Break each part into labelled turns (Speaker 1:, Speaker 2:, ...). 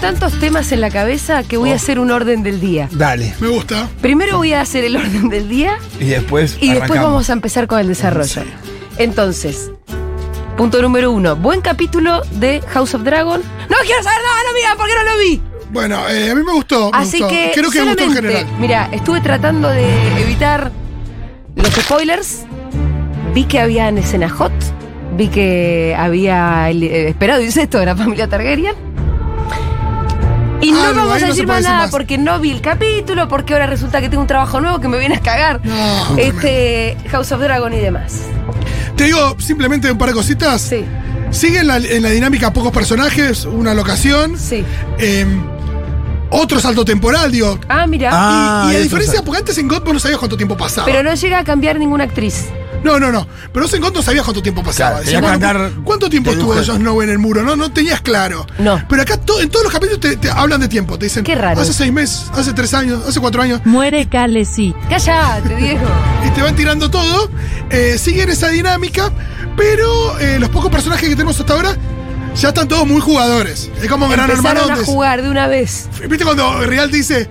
Speaker 1: tantos temas en la cabeza que voy a hacer un orden del día.
Speaker 2: Dale.
Speaker 3: Me gusta.
Speaker 1: Primero voy a hacer el orden del día
Speaker 2: Y después.
Speaker 1: y después
Speaker 2: arrancamos.
Speaker 1: vamos a empezar con el desarrollo. Entonces, punto número uno, buen capítulo de House of Dragon. No quiero saber nada, no mira, porque no lo vi.
Speaker 3: Bueno, eh, a mí me gustó. me
Speaker 1: Así
Speaker 3: gustó.
Speaker 1: que
Speaker 3: Creo que me gustó en
Speaker 1: solamente,
Speaker 3: general.
Speaker 1: Mira, estuve tratando de evitar los spoilers. Vi que había escena hot. Vi que había el eh, esperado incesto de la familia Targaryen. Y no
Speaker 3: Algo,
Speaker 1: vamos
Speaker 3: ahí
Speaker 1: a
Speaker 3: Ah, no se
Speaker 1: decir
Speaker 3: puede
Speaker 1: más
Speaker 3: decir
Speaker 1: nada
Speaker 3: más.
Speaker 1: porque no vi el capítulo, porque ahora resulta que tengo un trabajo nuevo que me viene a cagar.
Speaker 3: No,
Speaker 1: este House of Dragon y demás.
Speaker 3: Te digo simplemente un par de cositas.
Speaker 1: Sí,
Speaker 3: Siguen la- en la dinámica pocos personajes, una locación.
Speaker 1: sí.
Speaker 3: eh, otro salto temporal, digo.
Speaker 1: Ah, mira.
Speaker 2: Ah,
Speaker 3: y, y a
Speaker 2: eso,
Speaker 3: diferencia,
Speaker 2: eso.
Speaker 3: porque antes en God vos no sabías cuánto tiempo pasaba.
Speaker 1: Pero no llega a cambiar ninguna actriz.
Speaker 3: No, no, no. Pero vos en God no sabías cuánto tiempo pasaba.
Speaker 2: Claro, tenías
Speaker 3: Decías,
Speaker 2: que
Speaker 3: ¿cuánto-
Speaker 2: andar-
Speaker 3: ¿Cuánto tiempo
Speaker 2: te
Speaker 3: estuvo
Speaker 2: dibujo.
Speaker 3: ellos no en el muro? No, no tenías claro.
Speaker 1: No.
Speaker 3: Pero acá to- en todos los capítulos te, te hablan de tiempo. Te dicen,
Speaker 1: Qué raro.
Speaker 3: hace seis meses, hace tres años, hace cuatro años.
Speaker 4: Muere Khaleesi.
Speaker 1: Cállate, Diego.
Speaker 3: y te van tirando todo. eh, siguen esa dinámica, pero eh, los pocos personajes que tenemos hasta ahora ya están todos muy jugadores. Es como Gran Hermano.
Speaker 1: Empezaron a
Speaker 3: donde-
Speaker 1: jugar de una vez.
Speaker 3: ¿Viste cuando Real dice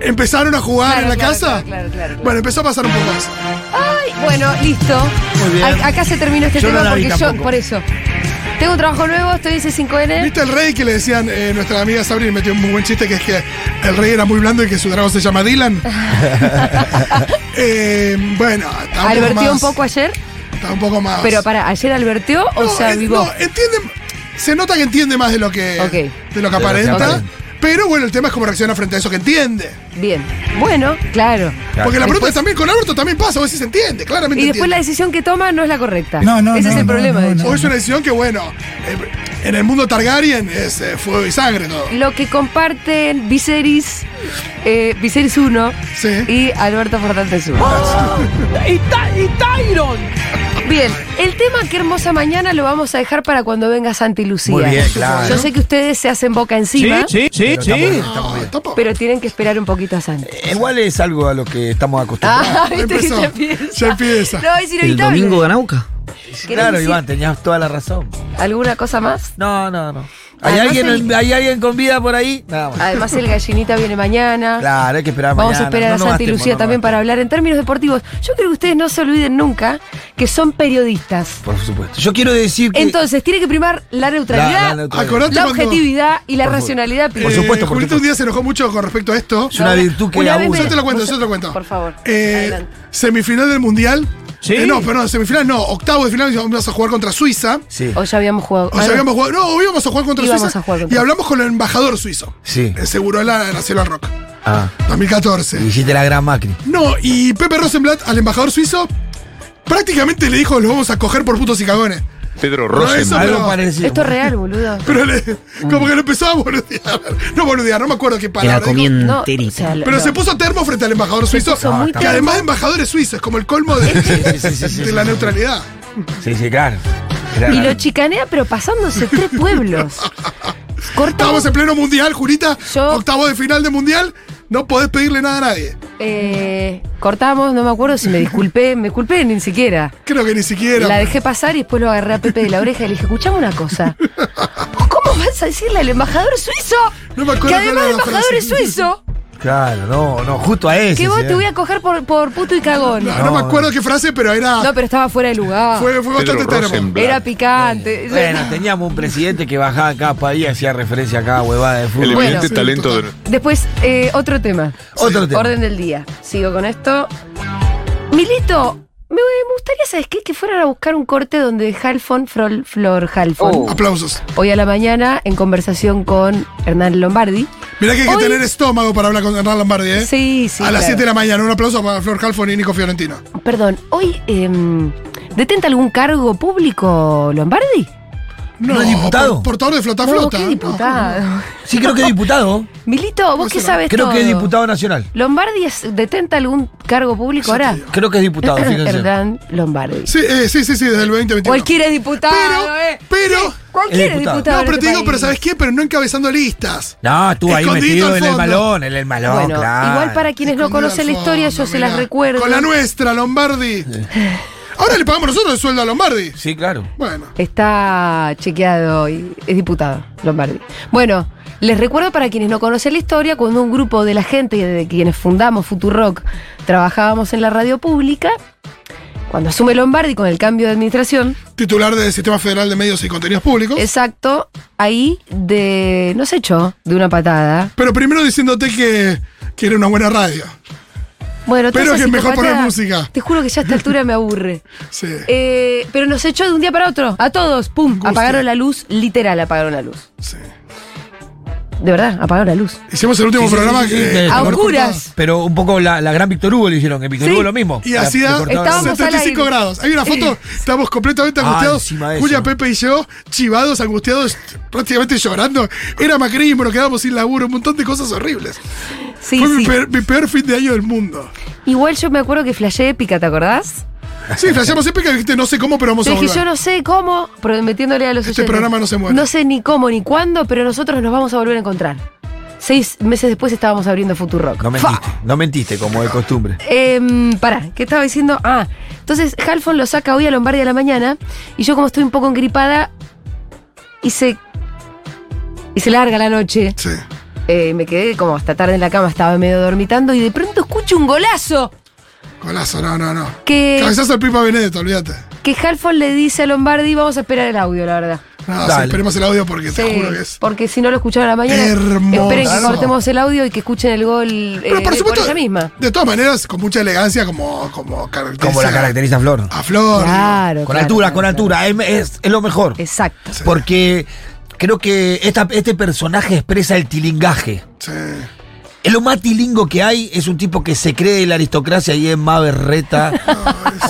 Speaker 3: empezaron a jugar
Speaker 2: Ah,
Speaker 1: Claro,
Speaker 3: en la
Speaker 1: claro,
Speaker 3: casa?
Speaker 1: claro, claro, claro, claro.
Speaker 3: Bueno, empezó a pasar un poco eso.
Speaker 1: Ay, bueno, listo.
Speaker 2: Muy bien.
Speaker 1: A- acá se terminó este
Speaker 2: Yo no
Speaker 1: tema
Speaker 2: la vi
Speaker 1: porque yo,
Speaker 2: tampoco.
Speaker 1: por eso. Tengo un trabajo nuevo, estoy en C5N.
Speaker 3: ¿Viste el rey que le decían eh, nuestra amiga Sabrina? Metió un muy buen chiste que es que el rey era muy blando y que su dragón se llama Dylan. Eh, bueno, está un poco
Speaker 1: Alberteó
Speaker 3: más.
Speaker 1: un poco ayer,
Speaker 3: Está un poco
Speaker 2: Ah.
Speaker 3: más.
Speaker 1: pero para, ¿ayer alberteó o
Speaker 3: No,
Speaker 1: se
Speaker 3: eh,
Speaker 1: avivó?
Speaker 3: no, entiende- se nota que entiende más de lo que,
Speaker 1: Ok.
Speaker 3: de lo
Speaker 2: que
Speaker 3: que aparenta.
Speaker 2: aparenta.
Speaker 3: Pero bueno, el tema es cómo reacciona frente a eso que entiende.
Speaker 2: eh.
Speaker 1: Bien. Bueno, claro.
Speaker 2: Claro.
Speaker 3: Porque la pregunta también con Alberto también pasa, vos sí se entiende, claramente.
Speaker 1: Y después la
Speaker 3: entiende.
Speaker 1: decisión que toma no es la correcta.
Speaker 2: No, no,
Speaker 1: Ese es
Speaker 2: no,
Speaker 1: el
Speaker 2: no,
Speaker 1: problema, de
Speaker 2: no,
Speaker 1: hecho.
Speaker 3: O es una decisión que, bueno, eh, en el mundo Targaryen es eh, fuego y sangre todo.
Speaker 1: Lo que comparten Viserys, eh, Viserys 1
Speaker 3: Sí.
Speaker 1: y Alberto Fernández 1.
Speaker 4: ¡Y, Tyron!
Speaker 1: Bien, el tema Qué hermosa mañana lo vamos a dejar para cuando venga Santi Lucía.
Speaker 2: Muy bien, claro.
Speaker 1: Yo sé que ustedes se hacen boca encima,
Speaker 2: sí, sí. Eh,
Speaker 3: No, tampoco.
Speaker 1: pero tienen que esperar un poquito a Santi.
Speaker 2: Igual es algo a lo que estamos acostumbrados.
Speaker 1: Ah, viste que
Speaker 3: empezó.
Speaker 1: ya empieza.
Speaker 3: Ya empieza.
Speaker 1: No, es
Speaker 5: El
Speaker 1: inevitable.
Speaker 5: domingo Ganauca.
Speaker 1: ¿Querés
Speaker 2: claro,
Speaker 1: decir
Speaker 2: Iván, tenías toda la razón.
Speaker 1: ¿Alguna cosa más?
Speaker 2: No, no, no. ¿Hay,
Speaker 1: Además,
Speaker 2: alguien,
Speaker 1: el-
Speaker 2: ¿Hay alguien con vida por ahí? Nada más.
Speaker 1: Además, el gallinita viene mañana.
Speaker 2: Claro, hay que esperar
Speaker 1: Ah. Vamos a
Speaker 2: mañana.
Speaker 1: esperar
Speaker 2: No
Speaker 1: a
Speaker 2: nos
Speaker 1: Santi y
Speaker 2: gastemos,
Speaker 1: Lucía
Speaker 2: no nos
Speaker 1: también para
Speaker 2: gastemos.
Speaker 1: hablar en términos deportivos. Yo creo que ustedes no se olviden nunca que son periodistas.
Speaker 2: Por supuesto. Yo quiero decir que.
Speaker 1: Entonces, tiene que primar la neutralidad,
Speaker 2: La- la
Speaker 1: la,
Speaker 2: neutralidad.
Speaker 3: Acordate cuando-
Speaker 1: objetividad y la
Speaker 2: Por favor.
Speaker 1: racionalidad.
Speaker 2: Por
Speaker 1: Eh,
Speaker 2: supuesto. por
Speaker 3: Julito
Speaker 2: supuesto.
Speaker 3: un día se enojó mucho con respecto a esto.
Speaker 2: es una virtud que
Speaker 1: una vez
Speaker 2: abusa.
Speaker 3: Yo te lo cuento,
Speaker 1: No sé-
Speaker 3: yo te lo cuento.
Speaker 1: Por favor,
Speaker 3: Eh,
Speaker 1: adelante.
Speaker 3: semifinal del Mundial.
Speaker 2: Sí.
Speaker 3: Eh, no, perdón, semifinal no. Octavo de final vamos a jugar contra Suiza.
Speaker 2: Sí.
Speaker 1: O ya habíamos jugado.
Speaker 3: O sea, habíamos jugado, no, hoy íbamos a jugar contra
Speaker 1: Íbamos
Speaker 3: Suiza.
Speaker 1: a jugar contra-
Speaker 3: y hablamos con el embajador suizo.
Speaker 2: Sí.
Speaker 3: Eh, Seguro la Nacional Rock.
Speaker 2: Ah.
Speaker 3: 2014.
Speaker 2: y Hiciste la gran Macri.
Speaker 3: No, y Pepe Rosenblatt al embajador suizo prácticamente le dijo, los vamos a coger por putos y cagones.
Speaker 6: Pedro
Speaker 3: No, eso,
Speaker 6: Rosenblatt.
Speaker 2: Algo
Speaker 3: pero-
Speaker 2: parecido.
Speaker 1: Esto es real, boludo.
Speaker 3: Pero le-
Speaker 1: Mm.
Speaker 3: como que lo empezó a boludear. No boludear, no me acuerdo qué palabra.
Speaker 5: Era
Speaker 3: dijo.
Speaker 1: No,
Speaker 5: comiendo
Speaker 1: o sea, lo-
Speaker 3: Pero
Speaker 1: lo-
Speaker 3: se puso termo frente al embajador suizo.
Speaker 1: puso muy
Speaker 3: que
Speaker 1: termo.
Speaker 3: además de embajador es suizo, es como el colmo de,
Speaker 2: sí, sí, sí,
Speaker 3: de
Speaker 2: sí.
Speaker 3: la neutralidad.
Speaker 2: Sí, sí, claro. Era-
Speaker 1: Y lo chicanea, pero pasándose tres pueblos. Corta.
Speaker 3: Estábamos en pleno mundial, Jurita.
Speaker 1: Yo-
Speaker 3: Octavo de final de mundial. No podés pedirle nada a nadie.
Speaker 1: Eh, cortamos, no me acuerdo si me disculpé, me disculpé ni siquiera.
Speaker 3: Creo que ni siquiera.
Speaker 1: La dejé pasar y después lo agarré a Pepe de la oreja y le dije, escuchame una cosa. ¿Vos ¿Cómo vas a decirle al embajador suizo?
Speaker 3: No me acuerdo
Speaker 1: que
Speaker 3: cuál
Speaker 1: además
Speaker 3: era
Speaker 1: de
Speaker 3: la
Speaker 1: embajador es
Speaker 3: frase.
Speaker 1: suizo,
Speaker 2: Claro, no, no, justo a ese.
Speaker 1: que vos
Speaker 2: sí, eh.
Speaker 1: te voy a coger por, por puto y cagón.
Speaker 3: No,
Speaker 1: No,
Speaker 3: no me acuerdo qué frase, pero era.
Speaker 1: pero estaba fuera de lugar.
Speaker 3: fue, fue
Speaker 6: Pedro
Speaker 3: bastante termo.
Speaker 6: Rosenblatt.
Speaker 1: Era picante.
Speaker 2: Bueno, teníamos un presidente que bajaba cada país, hacía referencia a cada huevada de
Speaker 6: El
Speaker 2: fútbol.
Speaker 1: Bueno.
Speaker 6: evidente talento de.
Speaker 1: Después, eh, otro tema.
Speaker 2: Otro tema.
Speaker 1: Orden del día. Sigo con esto. Milito, me, me gustaría, ¿sabes qué? Que fueran a buscar un corte donde Halfon, Frol- Flor Halfon,
Speaker 3: Oh. Aplausos.
Speaker 1: hoy a la mañana, en conversación con Hernán Lombardi.
Speaker 3: Mirá que hay que
Speaker 1: Hoy-
Speaker 3: tener estómago para hablar con Hernán Lombardi, ¿eh?
Speaker 1: Sí, sí.
Speaker 3: a las
Speaker 1: claro.
Speaker 3: 7 de la mañana, un aplauso para Flor Halfon y Nico Fiorentino.
Speaker 1: Perdón, ¿hoy em, detenta algún cargo público Lombardi?
Speaker 3: No,
Speaker 2: es diputado?
Speaker 3: por- Portador de flota a
Speaker 1: No,
Speaker 3: flota.
Speaker 1: qué
Speaker 3: No.
Speaker 1: diputado.
Speaker 2: Sí, creo que es diputado.
Speaker 1: Milito, ¿vos qué
Speaker 3: será?
Speaker 1: sabes
Speaker 2: Creo que es
Speaker 1: todo?
Speaker 2: diputado nacional.
Speaker 1: ¿Lombardi es- detenta algún cargo público ahora?
Speaker 2: Creo que es diputado, fíjense.
Speaker 1: Hernán Lombardi.
Speaker 3: Sí, eh, sí, sí, sí, desde el 2021.
Speaker 1: Cualquiera es diputado,
Speaker 3: Pero-
Speaker 1: eh.
Speaker 3: pero-
Speaker 1: Sí, cualquiera es
Speaker 2: Es diputado.
Speaker 1: diputado.
Speaker 3: No,
Speaker 1: en
Speaker 3: pero
Speaker 1: este
Speaker 3: te digo,
Speaker 1: país.
Speaker 3: pero ¿sabes qué? Pero no encabezando listas.
Speaker 2: No, estuvo ahí
Speaker 3: Escondido
Speaker 2: metido
Speaker 3: al
Speaker 2: en el
Speaker 3: fondo.
Speaker 2: malón, en el malón,
Speaker 1: bueno,
Speaker 2: claro.
Speaker 1: igual para quienes no conocen la historia, yo se las recuerdo.
Speaker 3: Con la nuestra, Lombardi. Ahora le pagamos nosotros el sueldo a Lombardi.
Speaker 2: Sí, claro.
Speaker 3: Bueno.
Speaker 1: Está chequeado y es diputado, Lombardi. Bueno, Les recuerdo para quienes no conocen la historia, cuando un grupo de la gente de quienes fundamos Futurock trabajábamos en la radio pública, cuando asume Lombardi con el cambio de administración,
Speaker 3: Titular del Sistema Federal de Medios y Contenidos Públicos.
Speaker 1: exacto, ahí de nos echó de una patada.
Speaker 3: Pero primero diciéndote que, que era una buena radio.
Speaker 1: Bueno,
Speaker 3: Pero
Speaker 1: toda esa
Speaker 3: que mejor poner
Speaker 1: psicopatada,
Speaker 3: música.
Speaker 1: Te juro que ya a esta altura me aburre.
Speaker 3: Sí.
Speaker 1: Eh, pero nos echó de un día para otro, a todos, pum,
Speaker 3: Angustia.
Speaker 1: apagaron la luz, literal apagaron la luz.
Speaker 3: sí.
Speaker 1: De verdad, apagaron la luz.
Speaker 3: Hicimos el último
Speaker 2: Sí, sí,
Speaker 3: programa
Speaker 2: sí, sí,
Speaker 3: que.
Speaker 2: sí.
Speaker 3: que
Speaker 1: A
Speaker 3: fue
Speaker 1: oscuras.
Speaker 2: Pero un poco la, la gran Víctor Hugo le hicieron, que Víctor
Speaker 1: Sí.
Speaker 2: Hugo lo mismo.
Speaker 3: Y
Speaker 2: La-
Speaker 3: hacía-
Speaker 2: le cortaron-
Speaker 1: Estábamos-
Speaker 3: cortado.
Speaker 1: al aire.
Speaker 3: 75 grados. Hay una foto, estamos completamente
Speaker 2: Ah,
Speaker 3: angustiados.
Speaker 2: encima de
Speaker 3: Julia,
Speaker 2: eso.
Speaker 3: Pepe y yo, chivados, angustiados, prácticamente llorando. Era macrismo, nos quedábamos sin laburo, un montón de cosas horribles.
Speaker 1: Sí,
Speaker 3: Fue mi,
Speaker 1: sí.
Speaker 3: peor, mi peor fin de año del mundo.
Speaker 1: Igual yo me acuerdo que flashé épica, ¿te acordás?
Speaker 3: Sí, flasheamos siempre que dijiste, no sé cómo, pero vamos
Speaker 1: Yo
Speaker 3: a
Speaker 1: dije,
Speaker 3: volver.
Speaker 1: yo no sé cómo, prometiéndole a los
Speaker 3: Este
Speaker 1: oyentes,
Speaker 3: programa no se muere.
Speaker 1: No sé ni cómo ni cuándo, pero nosotros nos vamos a volver a encontrar. Seis meses después estábamos abriendo Futurock.
Speaker 2: No mentiste, no mentiste, como de costumbre.
Speaker 1: Em, pará, ¿qué estaba diciendo? Ah, entonces Halfon lo saca hoy a Lombardi a la mañana y yo como estoy un poco engripada, hice... Y se larga la noche.
Speaker 3: Sí.
Speaker 1: Eh, me quedé como hasta tarde en la cama, estaba medio dormitando y de pronto escucho un golazo
Speaker 3: Golazo, no, no, no.
Speaker 1: que,
Speaker 3: Cabezazo al Pipa Benedetto, olvídate.
Speaker 1: que Halfon le dice a Lombardi, vamos a esperar el audio, la verdad.
Speaker 3: No, sí,
Speaker 2: Dale.
Speaker 3: esperemos el audio porque te
Speaker 1: Sí,
Speaker 3: juro que es.
Speaker 1: porque si no lo escucharon a la mañana,
Speaker 3: Hermoso.
Speaker 1: esperen que cortemos el audio y que escuchen el gol eh,
Speaker 3: Pero por
Speaker 1: de-
Speaker 3: supuesto,
Speaker 1: ella misma.
Speaker 3: de todas maneras, con mucha elegancia, como, como caracteriza
Speaker 2: Como la caracteriza Flor.
Speaker 3: a Flor.
Speaker 1: Claro,
Speaker 2: Con
Speaker 1: claro,
Speaker 2: altura,
Speaker 1: claro,
Speaker 2: con
Speaker 1: claro.
Speaker 2: altura. Es, es- es lo mejor.
Speaker 1: Exacto.
Speaker 2: Porque creo que esta- este personaje expresa el tilingaje.
Speaker 3: digo. Sí.
Speaker 2: Es Lo más tilingo que hay es un tipo que se cree de la aristocracia y es más berreta.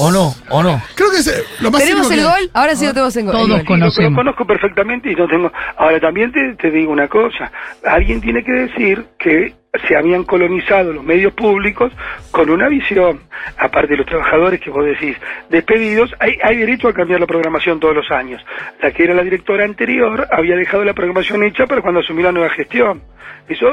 Speaker 2: ¿O no? ¿O no?
Speaker 3: Creo que Ah. es eh, lo más
Speaker 1: ¿Tenemos el
Speaker 3: signo que-
Speaker 1: gol? Ahora sí lo tenemos en gol.
Speaker 4: Todos
Speaker 1: el gol.
Speaker 4: con- conocemos.
Speaker 5: Lo conozco perfectamente y no tengo. Ahora también te, te digo una cosa. Alguien tiene que decir que se habían colonizado los medios públicos con una visión. Aparte de los trabajadores que vos decís despedidos, hay, hay derecho a cambiar la programación todos los años. La que era la directora anterior había dejado la programación hecha para cuando asumió la nueva gestión. Eso,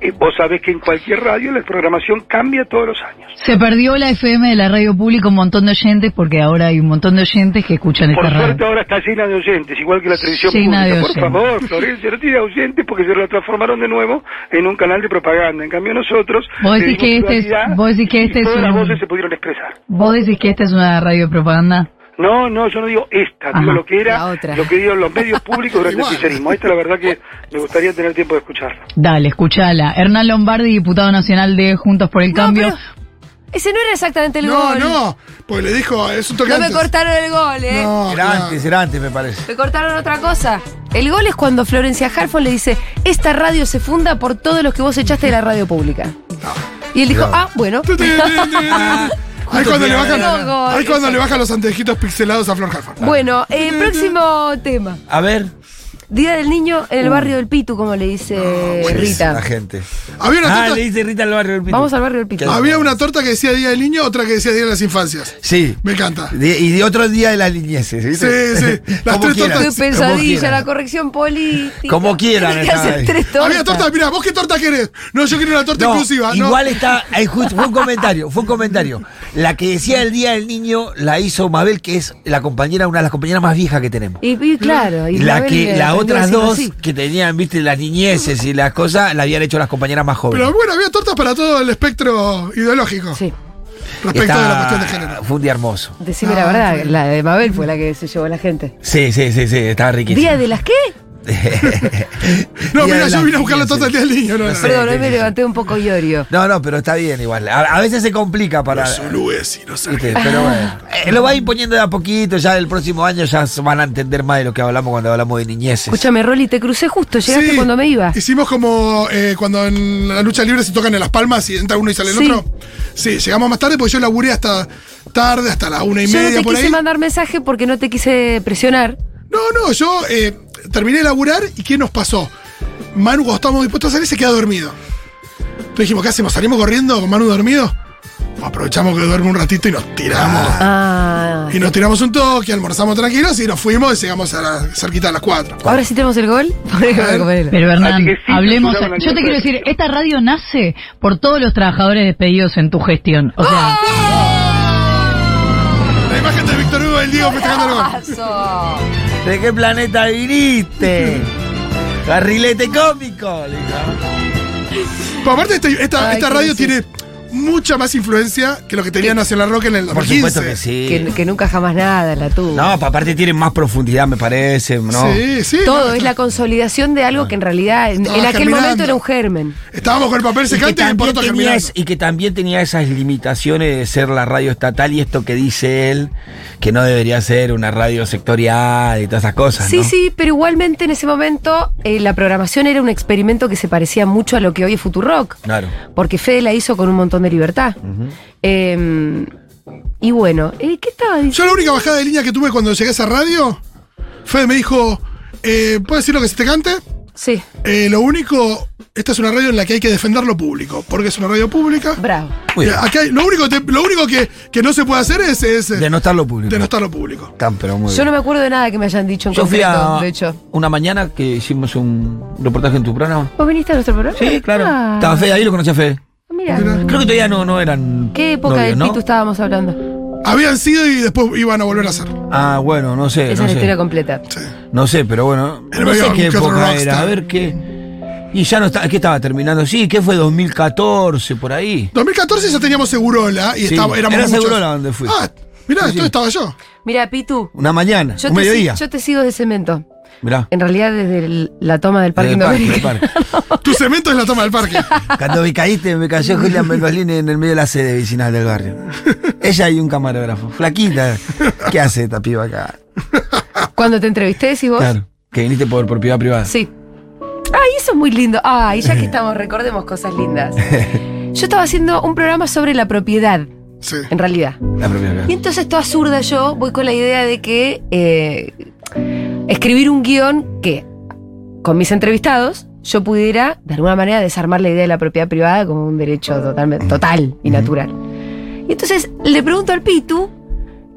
Speaker 5: eh, vos sabés que en cualquier radio la programación cambia todos los años.
Speaker 6: Se perdió la FM de la radio pública un montón de oyentes porque ahora hay un montón de oyentes que escuchan esta
Speaker 5: Por suerte
Speaker 6: radio.
Speaker 5: ahora está llena de oyentes, igual que la televisión
Speaker 6: Llena de
Speaker 5: pública. Por
Speaker 6: oyentes.
Speaker 5: favor, Florencia, no tiene oyentes porque se lo transformaron de nuevo en un canal de propaganda. En cambio nosotros...
Speaker 6: Vos
Speaker 5: le
Speaker 6: decís
Speaker 5: dimos
Speaker 6: que este es-
Speaker 5: pluralidad
Speaker 6: vos decís que este
Speaker 5: y
Speaker 6: es
Speaker 5: todas las
Speaker 6: un-
Speaker 5: voces se pudieron expresar.
Speaker 6: ¿Vos decís que esta es una radio de propaganda?
Speaker 5: No, no, yo no digo esta,
Speaker 6: Ajá,
Speaker 5: digo lo que
Speaker 1: la
Speaker 5: era,
Speaker 1: otra.
Speaker 5: lo que dieron los medios públicos durante el
Speaker 3: Igual.
Speaker 5: kirchnerismo. Esta la verdad que me gustaría tener tiempo de escucharla.
Speaker 6: Dale, escuchala. Hernán Lombardi, diputado nacional de Juntos por el
Speaker 1: No,
Speaker 6: Cambio.
Speaker 1: pero ese no era exactamente el
Speaker 3: No,
Speaker 1: gol.
Speaker 3: no, porque le dijo, es un toque
Speaker 1: No me
Speaker 3: antes.
Speaker 1: cortaron el gol, ¿eh?
Speaker 3: No,
Speaker 2: Era
Speaker 3: claro.
Speaker 2: antes, era antes, me parece.
Speaker 1: Me cortaron otra cosa. El gol es cuando Florencia Harfon le dice, esta radio se funda por todos los que vos echaste de la radio pública. Y él dijo,
Speaker 2: No.
Speaker 1: ah, bueno.
Speaker 3: Ahí cuando le bajan,
Speaker 1: No, gol.
Speaker 3: ahí cuando le bajan los antejitos pixelados a Flor Halfon.
Speaker 1: Bueno, eh, próximo tema.
Speaker 2: A ver.
Speaker 1: Día del niño en el barrio del Pitu, como le dice
Speaker 2: La
Speaker 1: Eh, Rita.
Speaker 2: gente.
Speaker 3: Había una,
Speaker 2: Ah,
Speaker 3: torta,
Speaker 2: le dice Rita al barrio del Pito.
Speaker 1: Vamos al barrio del Pitu.
Speaker 2: Ah.
Speaker 3: había una torta que decía Día del Niño, otra que decía Día de las Infancias.
Speaker 2: Sí.
Speaker 3: Me encanta.
Speaker 2: De- y de otro día de las niñeces, ¿viste?
Speaker 3: Sí, sí. Las
Speaker 2: Como
Speaker 3: tres
Speaker 2: quieran,
Speaker 3: tortas-
Speaker 1: Estoy
Speaker 2: como
Speaker 1: pensadilla,
Speaker 2: quieran.
Speaker 1: la corrección política.
Speaker 2: Como quieran,
Speaker 1: Tiene que
Speaker 2: está
Speaker 1: hacer
Speaker 2: ahí.
Speaker 1: tres tortas.
Speaker 3: Había torta, mira, vos qué torta querés. No, yo quiero una torta
Speaker 2: No,
Speaker 3: inclusiva. no.
Speaker 2: Igual está. ahí justo- fue un comentario, fue un comentario. La que decía el día del niño la hizo Mabel, que es la compañera, una de las compañeras más viejas que tenemos.
Speaker 1: Y, y claro, y
Speaker 2: la
Speaker 1: Mabel
Speaker 2: que
Speaker 1: le
Speaker 2: las
Speaker 1: aprendió a
Speaker 2: otras
Speaker 1: decirlo
Speaker 2: dos
Speaker 1: así.
Speaker 2: que tenían, viste, las niñeces y las cosas, la habían hecho las compañeras más jóvenes.
Speaker 3: Pero bueno, había tortas para todo el espectro ideológico
Speaker 1: Sí,
Speaker 3: respecto
Speaker 2: Está-
Speaker 3: de la cuestión de género.
Speaker 2: Fue un día hermoso.
Speaker 1: decime
Speaker 3: No,
Speaker 1: la verdad,
Speaker 3: no.
Speaker 1: la de Mabel fue la que se llevó a la gente.
Speaker 2: Sí, sí, sí, sí, estaba riquísimo.
Speaker 1: ¿Día de las qué?
Speaker 3: No,
Speaker 2: Día
Speaker 3: mira,
Speaker 2: de
Speaker 3: yo
Speaker 2: las
Speaker 3: vine a buscar la
Speaker 2: niñeces.
Speaker 3: torta el Día del Niño. No, no.
Speaker 2: Sí,
Speaker 1: Perdón, hoy
Speaker 2: sí,
Speaker 1: me
Speaker 2: sí.
Speaker 1: levanté un poco yorio.
Speaker 2: No, no, pero está bien igual. A, a veces se complica para.
Speaker 3: Zulúes y los
Speaker 2: ¿viste?
Speaker 3: ángeles.
Speaker 2: Pero bueno. Eh, lo va imponiendo de a poquito, ya el próximo año ya se van a entender más de lo que hablamos cuando hablamos de niñeces.
Speaker 1: Escúchame, Rolly, te crucé justo, llegaste
Speaker 3: Sí,
Speaker 1: cuando me iba.
Speaker 3: Hicimos como eh, cuando en la lucha libre se tocan en las palmas y entra uno y sale el
Speaker 1: Sí.
Speaker 3: otro. Sí, llegamos más tarde porque yo laburé hasta tarde, hasta la una y
Speaker 1: Yo no
Speaker 3: media
Speaker 1: te
Speaker 3: por
Speaker 1: quise
Speaker 3: ahí.
Speaker 1: mandar mensaje porque no te quise presionar.
Speaker 3: No, no, yo eh, terminé de laburar y ¿qué nos pasó? Manu, cuando estábamos dispuestos a salir, se queda dormido. Entonces dijimos, ¿qué hacemos? ¿Salimos corriendo con Manu dormido? Aprovechamos que duerme un ratito y nos tiramos.
Speaker 1: Ah.
Speaker 3: Y nos tiramos un toque, almorzamos tranquilos y nos fuimos y llegamos a la, cerquita a las cuatro.
Speaker 1: Ahora sí tenemos el gol. Porque me recuperé.
Speaker 6: Pero Hernán,
Speaker 5: Así que sí,
Speaker 6: hablemos.
Speaker 5: escucharon la
Speaker 6: Yo te quiero
Speaker 5: libertad.
Speaker 6: decir, esta radio nace por todos los trabajadores despedidos en tu gestión. O
Speaker 1: ¡Ah!
Speaker 6: sea,
Speaker 3: La imagen de Víctor Hugo del Diego festejando el gol.
Speaker 1: Golazo.
Speaker 2: ¿De qué planeta viniste? Carrilete cómico. le dijo.
Speaker 3: Pero aparte, este- esta,
Speaker 1: Ay,
Speaker 3: esta
Speaker 1: qué
Speaker 3: radio
Speaker 1: gracioso.
Speaker 3: tiene mucha más influencia que lo que tenía Nacional Rock en el
Speaker 2: Por
Speaker 3: 2015.
Speaker 2: supuesto que sí.
Speaker 1: Que, que nunca jamás nada la tuvo.
Speaker 2: No, pa- aparte tienen más profundidad, me parece. ¿no?
Speaker 3: Sí, sí.
Speaker 1: Todo,
Speaker 3: no,
Speaker 1: es la consolidación de algo que en realidad en,
Speaker 3: Estaba
Speaker 1: en aquel
Speaker 3: germinando.
Speaker 1: momento era un germen.
Speaker 3: Estábamos con el papel
Speaker 2: Y que,
Speaker 3: secante y el
Speaker 2: también
Speaker 3: poroto
Speaker 2: tenía,
Speaker 3: germinando.
Speaker 2: es- y que también tenía esas limitaciones de ser la radio estatal y esto que dice él, que no debería ser una radio sectorial y todas esas cosas.
Speaker 1: Sí,
Speaker 2: ¿no?
Speaker 1: sí, pero igualmente en ese momento eh, la programación era un experimento que se parecía mucho a lo que hoy es Futurock.
Speaker 2: Claro.
Speaker 1: Porque Fede la hizo con un montón de libertad. Eh, y bueno, eh, ¿qué estaba diciendo?
Speaker 3: Yo la única bajada de línea que tuve cuando llegué a esa radio, Fede me dijo, eh, ¿puedes decir lo que se te cante?
Speaker 1: Sí,
Speaker 3: Eh, lo único, esta es una radio en la que hay que defender lo público, porque es una radio pública.
Speaker 1: bravo.
Speaker 2: Muy
Speaker 3: Eh,
Speaker 2: bien.
Speaker 3: Acá hay- lo único, te- lo único que, que no se puede hacer es, es eh,
Speaker 2: Denotar lo público.
Speaker 3: denostar lo público.
Speaker 2: Tan, pero muy
Speaker 1: Yo no
Speaker 2: bien.
Speaker 1: me acuerdo de nada que me hayan dicho en
Speaker 2: Yo fui
Speaker 1: concreto,
Speaker 2: a
Speaker 1: de hecho.
Speaker 2: una mañana que hicimos un reportaje en tu programa.
Speaker 1: ¿Vos viniste a nuestro programa?
Speaker 2: Sí, claro.
Speaker 1: Ah,
Speaker 2: Estaba Fede ahí, lo conocí a Fede.
Speaker 1: mirá.
Speaker 2: Creo que todavía no, no eran.
Speaker 1: ¿Qué época
Speaker 2: novios,
Speaker 1: del
Speaker 2: ¿no?
Speaker 1: Pitu estábamos hablando?
Speaker 3: Habían sido y después iban a volver a hacer.
Speaker 2: Ah, bueno, no sé.
Speaker 1: Esa
Speaker 2: no
Speaker 1: es la
Speaker 2: sé.
Speaker 1: historia completa.
Speaker 3: Sí.
Speaker 2: No sé, pero bueno.
Speaker 3: Pero
Speaker 2: No sé
Speaker 3: había
Speaker 2: qué
Speaker 3: algún que otro
Speaker 2: época era.
Speaker 3: rockstar.
Speaker 2: A ver qué. Y ya no está, ¿qué estaba terminando? Sí, ¿qué fue 2014 por ahí?
Speaker 3: 2014 ya teníamos Segurola y
Speaker 2: Sí,
Speaker 3: estaba, éramos
Speaker 2: era
Speaker 3: muchos.
Speaker 2: Segurola donde fui.
Speaker 3: Ah, mirá,
Speaker 2: Sí, sí.
Speaker 3: entonces estaba yo.
Speaker 1: Mira, Pitu,
Speaker 2: Una mañana,
Speaker 1: yo
Speaker 2: un
Speaker 1: te, si-
Speaker 2: mediodía.
Speaker 1: yo te sigo de cemento.
Speaker 2: Mirá.
Speaker 1: En realidad desde el- la toma del parque
Speaker 2: Del parque,
Speaker 1: Indoamérica.
Speaker 2: del parque.
Speaker 3: Tu cemento es la toma del parque.
Speaker 2: Cuando me caíste, me cayó Julián Bergoslini en el medio de la sede vecinal del barrio. Ella y un camarógrafo. Flaquita. ¿Qué hace esta piba acá?
Speaker 1: Cuando te entrevisté, decís vos.
Speaker 2: Claro. Que viniste por propiedad privada.
Speaker 1: Sí. Ay, eso es muy lindo. Ay, ya que estamos, recordemos cosas lindas. Yo estaba haciendo un programa sobre la propiedad,
Speaker 3: Sí.
Speaker 1: en realidad.
Speaker 2: La propiedad
Speaker 1: Y
Speaker 2: privada.
Speaker 1: entonces, toda zurda yo, voy con la idea de que eh, escribir un guión que, con mis entrevistados, yo pudiera, de alguna manera, desarmar la idea de la propiedad privada como un derecho totalmente, total y natural. Y entonces le pregunto al Pitu,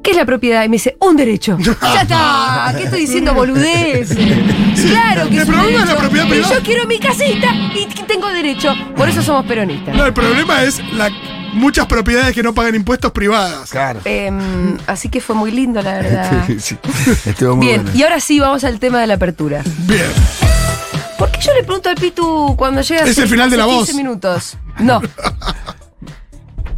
Speaker 1: ¿qué es la propiedad? Y me dice, un derecho. ya está, ¿qué estoy diciendo? Boludez. Claro que
Speaker 3: El
Speaker 1: es un
Speaker 3: problema es la
Speaker 1: derecho.
Speaker 3: propiedad
Speaker 1: Y
Speaker 3: privada.
Speaker 1: yo quiero mi casita y que tengo derecho. Por eso somos peronistas.
Speaker 3: No, el problema es la, muchas propiedades que no pagan impuestos privadas.
Speaker 2: Claro.
Speaker 1: Em, así que fue muy lindo, la verdad.
Speaker 2: Sí, Estuvo muy
Speaker 1: Bien,
Speaker 2: bueno.
Speaker 1: y ahora sí vamos al tema de la apertura.
Speaker 3: Bien.
Speaker 1: ¿Por qué yo le pregunto al Pitu cuando llega
Speaker 3: Es
Speaker 1: hace-
Speaker 3: el final de
Speaker 1: hace
Speaker 3: la
Speaker 1: 15
Speaker 3: voz.
Speaker 1: minutos? No.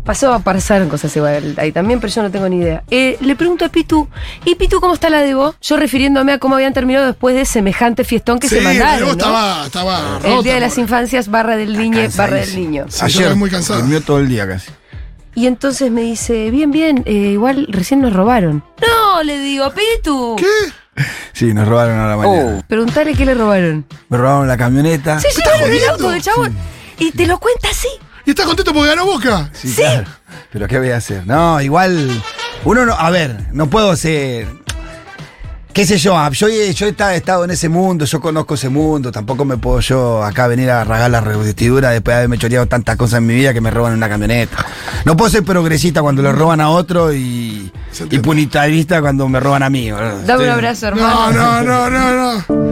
Speaker 1: Pasó a pasar cosas igual ahí también, pero yo no tengo ni idea. Eh, le pregunto a Pitu, ¿y Pitu cómo está la de vos? Yo refiriéndome a cómo habían terminado después de semejante fiestón que
Speaker 3: sí,
Speaker 1: se mandaron.
Speaker 3: luego
Speaker 1: ¿no?
Speaker 3: estaba, estaba
Speaker 1: El
Speaker 3: rota,
Speaker 1: Día de las
Speaker 3: pobre.
Speaker 1: Infancias, barra del niño, barra del niño.
Speaker 3: Sí, yo estoy muy cansado.
Speaker 2: Durmió todo el día casi.
Speaker 1: Y entonces me dice, bien, bien, eh, igual recién nos robaron. No, le digo, Pitu.
Speaker 3: ¿Qué?
Speaker 2: Sí, nos robaron a la
Speaker 1: Oh.
Speaker 2: mañana.
Speaker 1: Preguntale qué le robaron.
Speaker 2: Me robaron la camioneta.
Speaker 1: Se
Speaker 3: estás
Speaker 1: llevaron el
Speaker 3: jodiendo?
Speaker 1: auto del chabón. Y te lo cuenta así.
Speaker 3: ¿Y estás contento porque ganó Boca?
Speaker 2: Sí, claro. Pero ¿qué voy a hacer? No, igual. Uno no. A ver, no puedo ser. ¿Qué sé yo? ah, Yo, he- yo he esta- he estado en ese mundo, yo conozco ese mundo. Tampoco me puedo yo acá venir a ragar la revestidura después de haberme choreado tantas cosas en mi vida que me roban una camioneta. No puedo ser progresista cuando le roban a otro y, y
Speaker 3: Se entiende.
Speaker 2: punitarista cuando me roban a mí. boludo.
Speaker 1: Dame un
Speaker 2: Estoy-
Speaker 1: abrazo,
Speaker 3: No,
Speaker 1: hermano.
Speaker 3: no, no, no, no.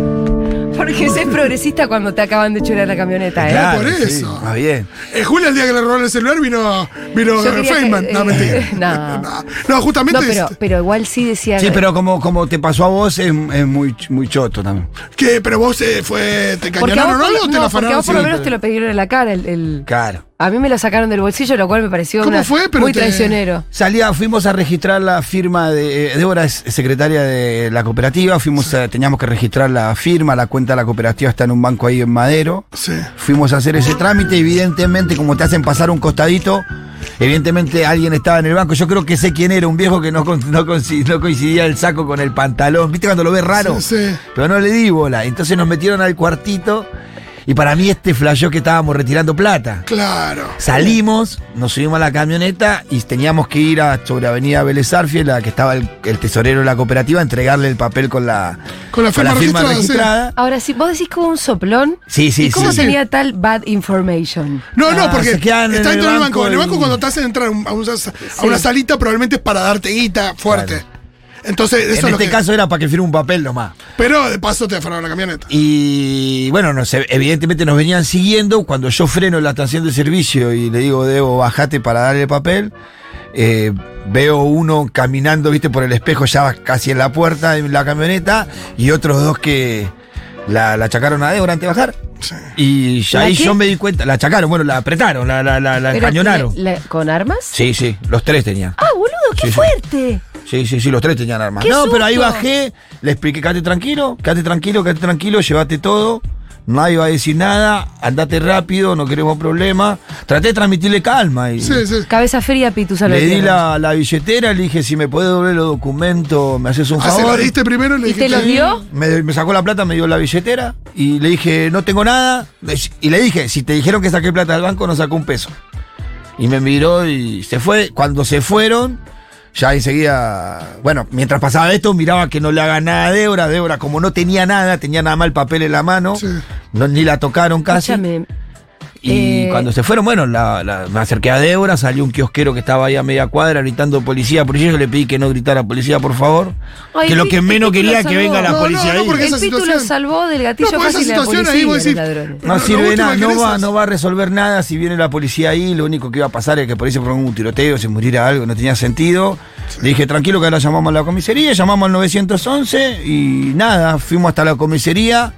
Speaker 1: Porque sé progresista cuando te acaban de chorar la camioneta, ¿eh?
Speaker 2: Claro,
Speaker 3: por
Speaker 2: sí,
Speaker 3: eso.
Speaker 2: más bien.
Speaker 3: Eh, Julia, el día que le robaron el celular, vino, vino
Speaker 1: Yo quería
Speaker 3: Feynman.
Speaker 1: que-
Speaker 3: no,
Speaker 1: eh,
Speaker 3: mentira.
Speaker 1: no.
Speaker 3: no. No, justamente
Speaker 1: No, pero,
Speaker 3: es-
Speaker 1: pero igual sí decía.
Speaker 2: Sí, pero como, como te pasó a vos, es, es muy, muy choto también.
Speaker 3: ¿Qué? ¿Pero vos eh, fue, te
Speaker 1: Porque a vos,
Speaker 3: engañaron o
Speaker 1: por
Speaker 3: algo
Speaker 1: lo-
Speaker 3: o te
Speaker 1: no, porque
Speaker 3: la
Speaker 1: a
Speaker 3: afanaron?
Speaker 1: vos por lo
Speaker 3: Sí,
Speaker 1: menos te
Speaker 3: pero-
Speaker 1: lo pegaron en la cara. El, el-
Speaker 2: Claro.
Speaker 1: A mí me lo sacaron del bolsillo, lo cual me pareció
Speaker 3: ¿Cómo
Speaker 1: una-
Speaker 3: fue? Pero
Speaker 1: muy
Speaker 3: te-
Speaker 1: traicionero.
Speaker 2: Salía, fuimos a registrar la firma de. eh, Débora es secretaria de la cooperativa. Fuimos a- teníamos que registrar la firma, la cuenta de la cooperativa está en un banco ahí en Madero.
Speaker 3: Sí.
Speaker 2: Fuimos a hacer ese trámite, evidentemente, como te hacen pasar un costadito, evidentemente alguien estaba en el banco. Yo creo que sé quién era, un viejo que no, con- no, conci- no coincidía el saco con el pantalón. ¿Viste cuando lo ves raro?
Speaker 3: Sí, sí.
Speaker 2: Pero no le di bola. Entonces nos metieron al cuartito y para mí este flasheó que estábamos retirando plata.
Speaker 3: Claro.
Speaker 2: Salimos, nos subimos a la camioneta y teníamos que ir a sobre Avenida Vélez Arfiel, la que estaba el, el tesorero de la cooperativa, a entregarle el papel con la,
Speaker 3: Con la firma registrada,
Speaker 1: Ahora, si vos decís que hubo un soplón.
Speaker 2: Sí, sí,
Speaker 1: ¿Y cómo
Speaker 2: sí.
Speaker 1: tenía tal bad information?
Speaker 3: No,
Speaker 2: Ah,
Speaker 3: no, porque
Speaker 2: se
Speaker 3: está
Speaker 2: quedan
Speaker 3: dentro
Speaker 2: en el
Speaker 3: del banco.
Speaker 2: banco
Speaker 3: En el
Speaker 2: y-
Speaker 3: banco cuando te hacen entrar a un- a, una- a una salita probablemente es para darte guita fuerte. Entonces, eso
Speaker 2: En
Speaker 3: es lo
Speaker 2: este
Speaker 3: que-
Speaker 2: caso era para que firme un papel nomás.
Speaker 3: Pero de paso te afanaron la camioneta.
Speaker 2: Y bueno, nos- evidentemente nos venían siguiendo. Cuando yo freno en la estación de servicio y le digo, Debo, bajate para darle el papel, eh, veo uno caminando, viste, por el espejo, ya casi en la puerta de la camioneta, y otros dos que la, la achacaron a Débora antes de bajar.
Speaker 3: Sí.
Speaker 2: Y ya
Speaker 1: ¿La
Speaker 2: ahí
Speaker 1: qué?
Speaker 2: yo me di cuenta. La achacaron, bueno, la apretaron, la, la, la, la
Speaker 1: Pero
Speaker 2: encañonaron.
Speaker 1: tiene- la- ¿Con armas?
Speaker 2: Sí, sí, los tres tenían.
Speaker 1: Ah, boludo, qué
Speaker 2: Sí, sí.
Speaker 1: fuerte.
Speaker 2: Sí, sí, sí, los tres tenían armas.
Speaker 1: ¡Qué
Speaker 2: No, pero ahí
Speaker 1: susto!
Speaker 2: bajé, le expliqué, quédate tranquilo, quédate tranquilo, quédate tranquilo, llévate todo. Nadie va a decir nada, andate rápido, no queremos problemas. Traté de transmitirle calma y
Speaker 3: Sí, sí.
Speaker 1: Cabeza fría, Pitu,
Speaker 2: le di
Speaker 1: Salvatierra.
Speaker 2: la, la billetera, le dije, si me puedes doblar los documentos, me haces un
Speaker 3: Ah, se
Speaker 2: favor.
Speaker 3: lo diste primero y le
Speaker 1: ¿Y te
Speaker 3: dijiste.
Speaker 1: lo dio?
Speaker 2: Me, me sacó la plata, me dio la billetera y le dije, no tengo nada. Y le dije, si te dijeron que saqué plata del banco, no sacó un peso. Y me miró y se fue. Cuando se fueron, ya enseguida, bueno, mientras pasaba esto, miraba que no le haga nada a Débora. Débora, como no tenía nada, tenía nada más el papel en la mano,
Speaker 3: Sí.
Speaker 2: no- ni la tocaron casi.
Speaker 1: Escúchame,
Speaker 2: Y
Speaker 1: Eh,
Speaker 2: cuando se fueron, bueno, la- la- me acerqué a Débora, salió un kiosquero que estaba ahí a media cuadra gritando policía, por yo le pedí que no gritara policía, por favor.
Speaker 1: Ay,
Speaker 2: que lo que
Speaker 1: viste,
Speaker 2: menos
Speaker 1: que
Speaker 2: quería
Speaker 1: lo
Speaker 2: que venga la
Speaker 1: salvó.
Speaker 2: policía
Speaker 3: No, no, no,
Speaker 2: ahí.
Speaker 3: porque
Speaker 1: el
Speaker 3: esa
Speaker 1: Pitu lo
Speaker 3: situación-
Speaker 1: salvó del gatillo
Speaker 3: No, por
Speaker 1: fácil
Speaker 3: esa
Speaker 1: de la
Speaker 3: situación
Speaker 1: policía
Speaker 3: ahí
Speaker 1: y
Speaker 3: vos
Speaker 1: de los
Speaker 3: decís,
Speaker 1: ladrones.
Speaker 2: No
Speaker 3: Lo
Speaker 2: sirve
Speaker 3: último
Speaker 2: nada,
Speaker 3: que
Speaker 2: no
Speaker 3: querés
Speaker 2: va,
Speaker 3: es-
Speaker 2: no va a resolver nada si viene la policía ahí, lo único que iba a pasar es que por ahí se fueron un tiroteo, se muriera algo, no tenía sentido. Le dije, tranquilo que ahora llamamos a la comisaría, llamamos al 911 y nada, fuimos hasta la comisaría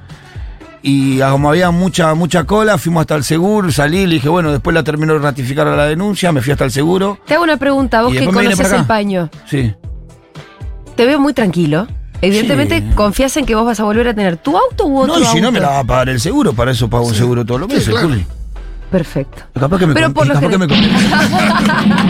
Speaker 2: y ah, como había mucha, mucha cola, fuimos hasta el seguro, salí, le dije, bueno, después la terminó de ratificar a la denuncia, me fui hasta el seguro.
Speaker 1: Te hago una pregunta, vos
Speaker 2: Y
Speaker 1: que
Speaker 2: después me vine
Speaker 1: conoces
Speaker 2: para
Speaker 1: el
Speaker 2: acá.
Speaker 1: paño.
Speaker 2: Sí.
Speaker 1: Te veo muy tranquilo. Evidentemente,
Speaker 2: Sí.
Speaker 1: confías en que vos vas a volver a tener tu auto u otro
Speaker 2: No, y si
Speaker 1: auto.
Speaker 2: no me la va a pagar el seguro, para eso pago un seguro todos los
Speaker 3: Sí,
Speaker 2: meses,
Speaker 3: claro.
Speaker 2: Juli.
Speaker 1: Perfecto.
Speaker 2: Capaz que me
Speaker 1: Pero
Speaker 2: con-
Speaker 1: por lo
Speaker 2: capaz que me
Speaker 1: general-
Speaker 2: con-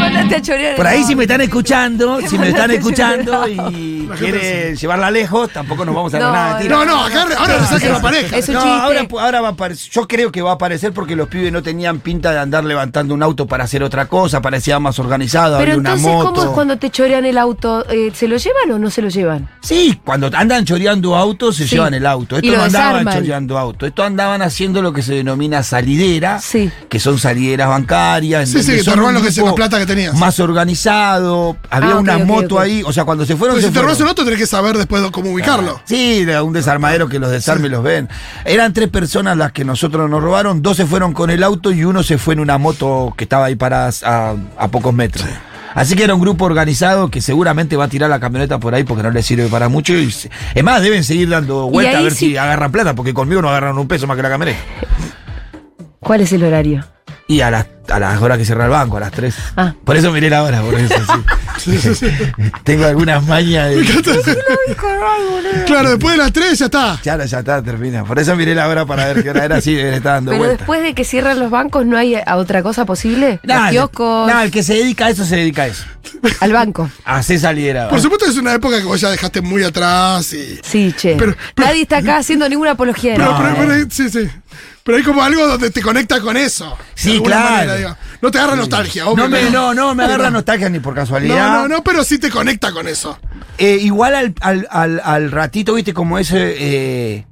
Speaker 1: Mandate a chorear el
Speaker 2: Por ahí
Speaker 1: auto.
Speaker 2: si me están escuchando, si me están
Speaker 1: mandaste
Speaker 2: escuchando
Speaker 1: llorar.
Speaker 2: y quieren llevarla lejos, tampoco nos vamos a ganar
Speaker 1: No,
Speaker 2: nada. tira.
Speaker 3: No, no, acá re- ahora resulta que no aparezca.
Speaker 1: Es un
Speaker 2: No,
Speaker 1: chiste.
Speaker 2: ahora, pu- ahora va a aparecer. Yo creo que va a aparecer porque los pibes no tenían pinta de andar levantando un auto para hacer otra cosa, parecía más organizado,
Speaker 1: Pero
Speaker 2: había una
Speaker 1: entonces,
Speaker 2: moto.
Speaker 1: ¿cómo es cuando te chorean el auto? Eh, ¿Se lo llevan o no se lo llevan?
Speaker 2: Sí, cuando andan choreando autos, se
Speaker 1: Sí.
Speaker 2: llevan el auto.
Speaker 1: Y
Speaker 2: Estos
Speaker 1: lo
Speaker 2: no andaban
Speaker 1: desarman.
Speaker 2: choreando autos, estos andaban haciendo lo que se denomina salidera,
Speaker 1: Sí.
Speaker 2: que son salideras bancarias. en
Speaker 3: Sí, sí,
Speaker 2: donde
Speaker 3: que te
Speaker 2: son
Speaker 3: roban
Speaker 2: un
Speaker 3: lo que se-
Speaker 2: grupo
Speaker 3: la plata que tenías.
Speaker 2: Más organizado, había
Speaker 1: Ah, ok,
Speaker 2: una
Speaker 1: ok,
Speaker 2: moto
Speaker 1: ok.
Speaker 2: ahí, o sea, cuando se fueron...
Speaker 3: Pues
Speaker 2: se
Speaker 3: si te robas
Speaker 2: fueron.
Speaker 3: un auto, tenés que saber después de cómo ubicarlo.
Speaker 2: Sí, de un desarmadero que los desarme y los ven. Eran tres personas las que nosotros nos robaron, dos se fueron con el auto y uno se fue en una moto que estaba ahí parada a, a pocos metros. Así que era un grupo organizado que seguramente va a tirar la camioneta por ahí porque no le sirve para mucho. Y se- es más, deben seguir dando vueltas a
Speaker 1: ahí
Speaker 2: ver
Speaker 1: sí-
Speaker 2: si agarran plata, porque conmigo no agarraron un peso más que la camioneta.
Speaker 1: ¿Cuál es el horario?
Speaker 2: Y a las, a las horas que cierra el banco, a las 3.
Speaker 1: Ah.
Speaker 2: Por eso miré la hora, por eso Ah, sí. Tengo algunas mañas de.
Speaker 3: Claro, después de las 3 ya está.
Speaker 2: Ya, ya está, termina. Por eso miré la hora para ver qué hora era, sí, le estaba dando
Speaker 1: Pero
Speaker 2: vuelta.
Speaker 1: después de que cierran los bancos, ¿no hay a otra cosa posible? Los
Speaker 2: Nada,
Speaker 1: kioscos,
Speaker 2: nada, el que se dedica a eso se dedica a eso.
Speaker 1: al banco.
Speaker 2: A hacer salidera.
Speaker 3: Por supuesto que es una época que vos ya dejaste muy atrás y.
Speaker 1: Sí, che.
Speaker 3: Pero- pero-
Speaker 1: Nadie está acá haciendo ninguna apología. de
Speaker 3: Pero,
Speaker 1: nada.
Speaker 3: pero- pero hay- sí, sí. Pero hay como algo donde te conecta con eso. de
Speaker 2: Sí,
Speaker 3: alguna
Speaker 2: claro.
Speaker 3: digo. No te agarra nostalgia, obvio.
Speaker 2: No, me,
Speaker 3: pero-
Speaker 2: no, no me agarra nostalgia ni por casualidad.
Speaker 3: No, no, no, pero sí te conecta con eso.
Speaker 2: Eh, igual al, al- al- al ratito, viste, como ese. eh,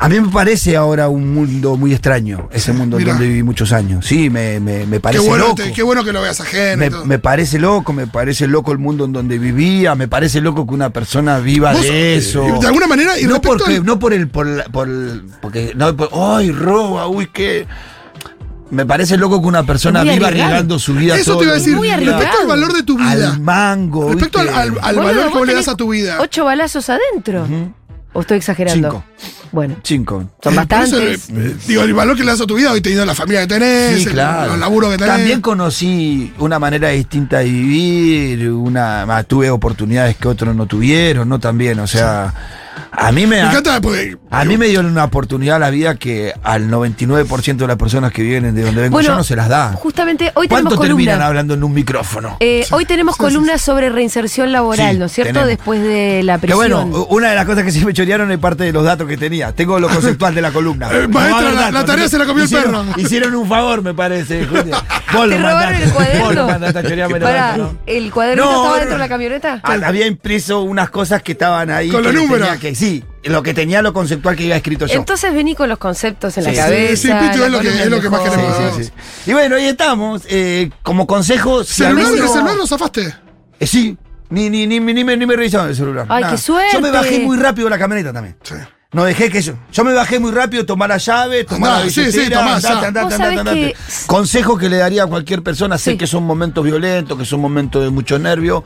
Speaker 2: a mí me parece ahora un mundo muy extraño, ese mundo en
Speaker 3: Mirá.
Speaker 2: donde viví muchos años. Sí, me, me- me
Speaker 3: Qué
Speaker 2: parece
Speaker 3: bueno,
Speaker 2: loco.
Speaker 3: te- qué bueno que lo veas ajeno. y
Speaker 2: me,
Speaker 3: todo.
Speaker 2: me parece loco, me parece loco el mundo en donde vivía, me parece loco que una persona viva
Speaker 3: Vos,
Speaker 2: de eso.
Speaker 3: eh, de alguna manera, y
Speaker 2: no
Speaker 3: respecto
Speaker 2: porque,
Speaker 3: al-
Speaker 2: no por el, por, la- por el- porque no por- ay roba, uy qué. Me parece loco que una persona
Speaker 1: Muy
Speaker 2: viva
Speaker 1: arriesgado.
Speaker 2: arriesgando su vida.
Speaker 3: Eso te
Speaker 2: todo
Speaker 3: iba a
Speaker 2: el
Speaker 3: decir.
Speaker 1: Muy
Speaker 2: día,
Speaker 3: Respecto
Speaker 1: arriesgado.
Speaker 3: al valor de tu vida.
Speaker 2: al mango.
Speaker 3: Respecto al,
Speaker 2: ¿viste?
Speaker 3: al- al
Speaker 1: Boludo,
Speaker 3: valor
Speaker 1: vos
Speaker 3: que le
Speaker 1: tenés
Speaker 3: das a tu vida.
Speaker 1: Ocho balazos adentro. ¿O estoy exagerando? Bueno,
Speaker 2: Cinco.
Speaker 1: son
Speaker 3: Por eso,
Speaker 1: bastantes.
Speaker 3: eh, digo, el valor que le das a tu vida, hoy teniendo la familia que tenés,
Speaker 2: Sí,
Speaker 3: el-
Speaker 2: claro.
Speaker 3: los laburos que tenés.
Speaker 2: También conocí una manera distinta de vivir, una más, tuve oportunidades que otros no tuvieron, ¿no? También, o sea, a mí me,
Speaker 3: Me
Speaker 2: da-
Speaker 3: encanta porque.
Speaker 2: a mí me dio una oportunidad a la vida que al 99% de las personas que vienen de donde vengo
Speaker 1: Bueno,
Speaker 2: yo no se las da.
Speaker 1: Justamente hoy tenemos
Speaker 2: ¿Cuánto terminan
Speaker 1: columna.
Speaker 2: hablando en un micrófono?
Speaker 1: Eh, Hoy tenemos columna sobre reinserción laboral,
Speaker 2: Sí,
Speaker 1: ¿no es cierto?
Speaker 2: tenemos.
Speaker 1: Después de la
Speaker 2: Que
Speaker 1: prisión.
Speaker 2: bueno, una de las cosas que sí me chorearon es parte de los datos que tenía. Tengo lo conceptual de la columna.
Speaker 3: Eh, maestra,
Speaker 2: va a haber
Speaker 3: la- la tarea se la comió el
Speaker 2: Hicieron-
Speaker 3: perro.
Speaker 2: Hicieron un favor, me parece. Julio. Vos
Speaker 1: ¿Te
Speaker 2: lo
Speaker 1: robaron
Speaker 2: mandaste,
Speaker 1: el
Speaker 2: vos
Speaker 1: cuaderno?
Speaker 2: lo mandaste a chorearme los
Speaker 1: Pará,
Speaker 2: datos, ¿no?
Speaker 1: ¿el cuaderno
Speaker 2: No,
Speaker 1: estaba
Speaker 2: no,
Speaker 1: dentro de
Speaker 2: no.
Speaker 1: la camioneta?
Speaker 2: Ah, Había impreso unas cosas que estaban ahí.
Speaker 3: Con
Speaker 2: que
Speaker 3: los
Speaker 2: lo
Speaker 3: números.
Speaker 2: tenía que- sí, lo que tenía lo conceptual que había escrito yo.
Speaker 1: Entonces vení con los conceptos en
Speaker 2: Sí,
Speaker 1: la
Speaker 2: sí,
Speaker 1: cabeza.
Speaker 3: sí, Pitu, es
Speaker 1: la
Speaker 3: lo que-
Speaker 1: columna
Speaker 3: es lo que más
Speaker 1: mejor.
Speaker 3: queremos.
Speaker 2: Sí, sí, sí. Y bueno, ahí estamos. Eh, como consejo, si
Speaker 3: ¿Celular,
Speaker 2: alguno-
Speaker 3: ¿El celular lo zafaste?
Speaker 2: Eh, sí, ni, ni, ni, ni, me, ni me revisaron el celular.
Speaker 1: Ay, qué suerte.
Speaker 2: Yo me bajé muy rápido de la camioneta también.
Speaker 3: Sí.
Speaker 2: No dejé que yo. Yo me bajé muy rápido, tomar la llave, tomar
Speaker 3: Andá,
Speaker 2: la
Speaker 3: sí, sí,
Speaker 2: billetera,
Speaker 3: tomá,
Speaker 2: andate,
Speaker 3: ya.
Speaker 2: andate,
Speaker 1: Vos
Speaker 2: andate,
Speaker 1: sabés
Speaker 2: andate.
Speaker 1: que-
Speaker 2: Consejo que le daría a cualquier persona, sé
Speaker 1: Sí.
Speaker 2: que son momentos violentos, que son momentos de mucho nervio.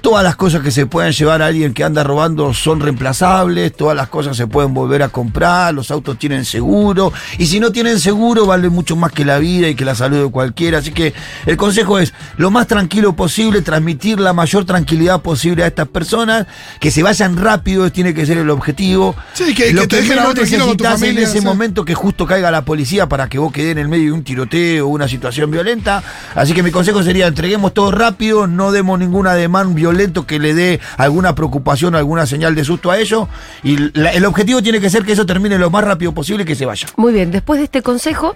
Speaker 2: todas las cosas que se puedan llevar a alguien que anda robando son reemplazables, todas las cosas se pueden volver a comprar, los autos tienen seguro, y si no tienen seguro valen mucho más que la vida y que la salud de cualquiera. Así que el consejo es lo más tranquilo posible, transmitir la mayor tranquilidad posible a estas personas, que se vayan rápido, tiene que ser el objetivo.
Speaker 3: Sí, que-
Speaker 2: lo
Speaker 3: que te dejen
Speaker 2: menos
Speaker 3: a vos tranquilo con tu
Speaker 2: necesitas en
Speaker 3: familia,
Speaker 2: ese
Speaker 3: sí.
Speaker 2: momento momento que justo caiga la policía para que vos quedés en el medio de un tiroteo o una situación violenta. Así que mi consejo sería entreguemos todo rápido, no demos ningún ademán violento que le dé alguna preocupación o alguna señal de susto a ellos. Y la- el objetivo tiene que ser que eso termine lo más rápido posible y que se vaya.
Speaker 1: Muy bien, después de este consejo,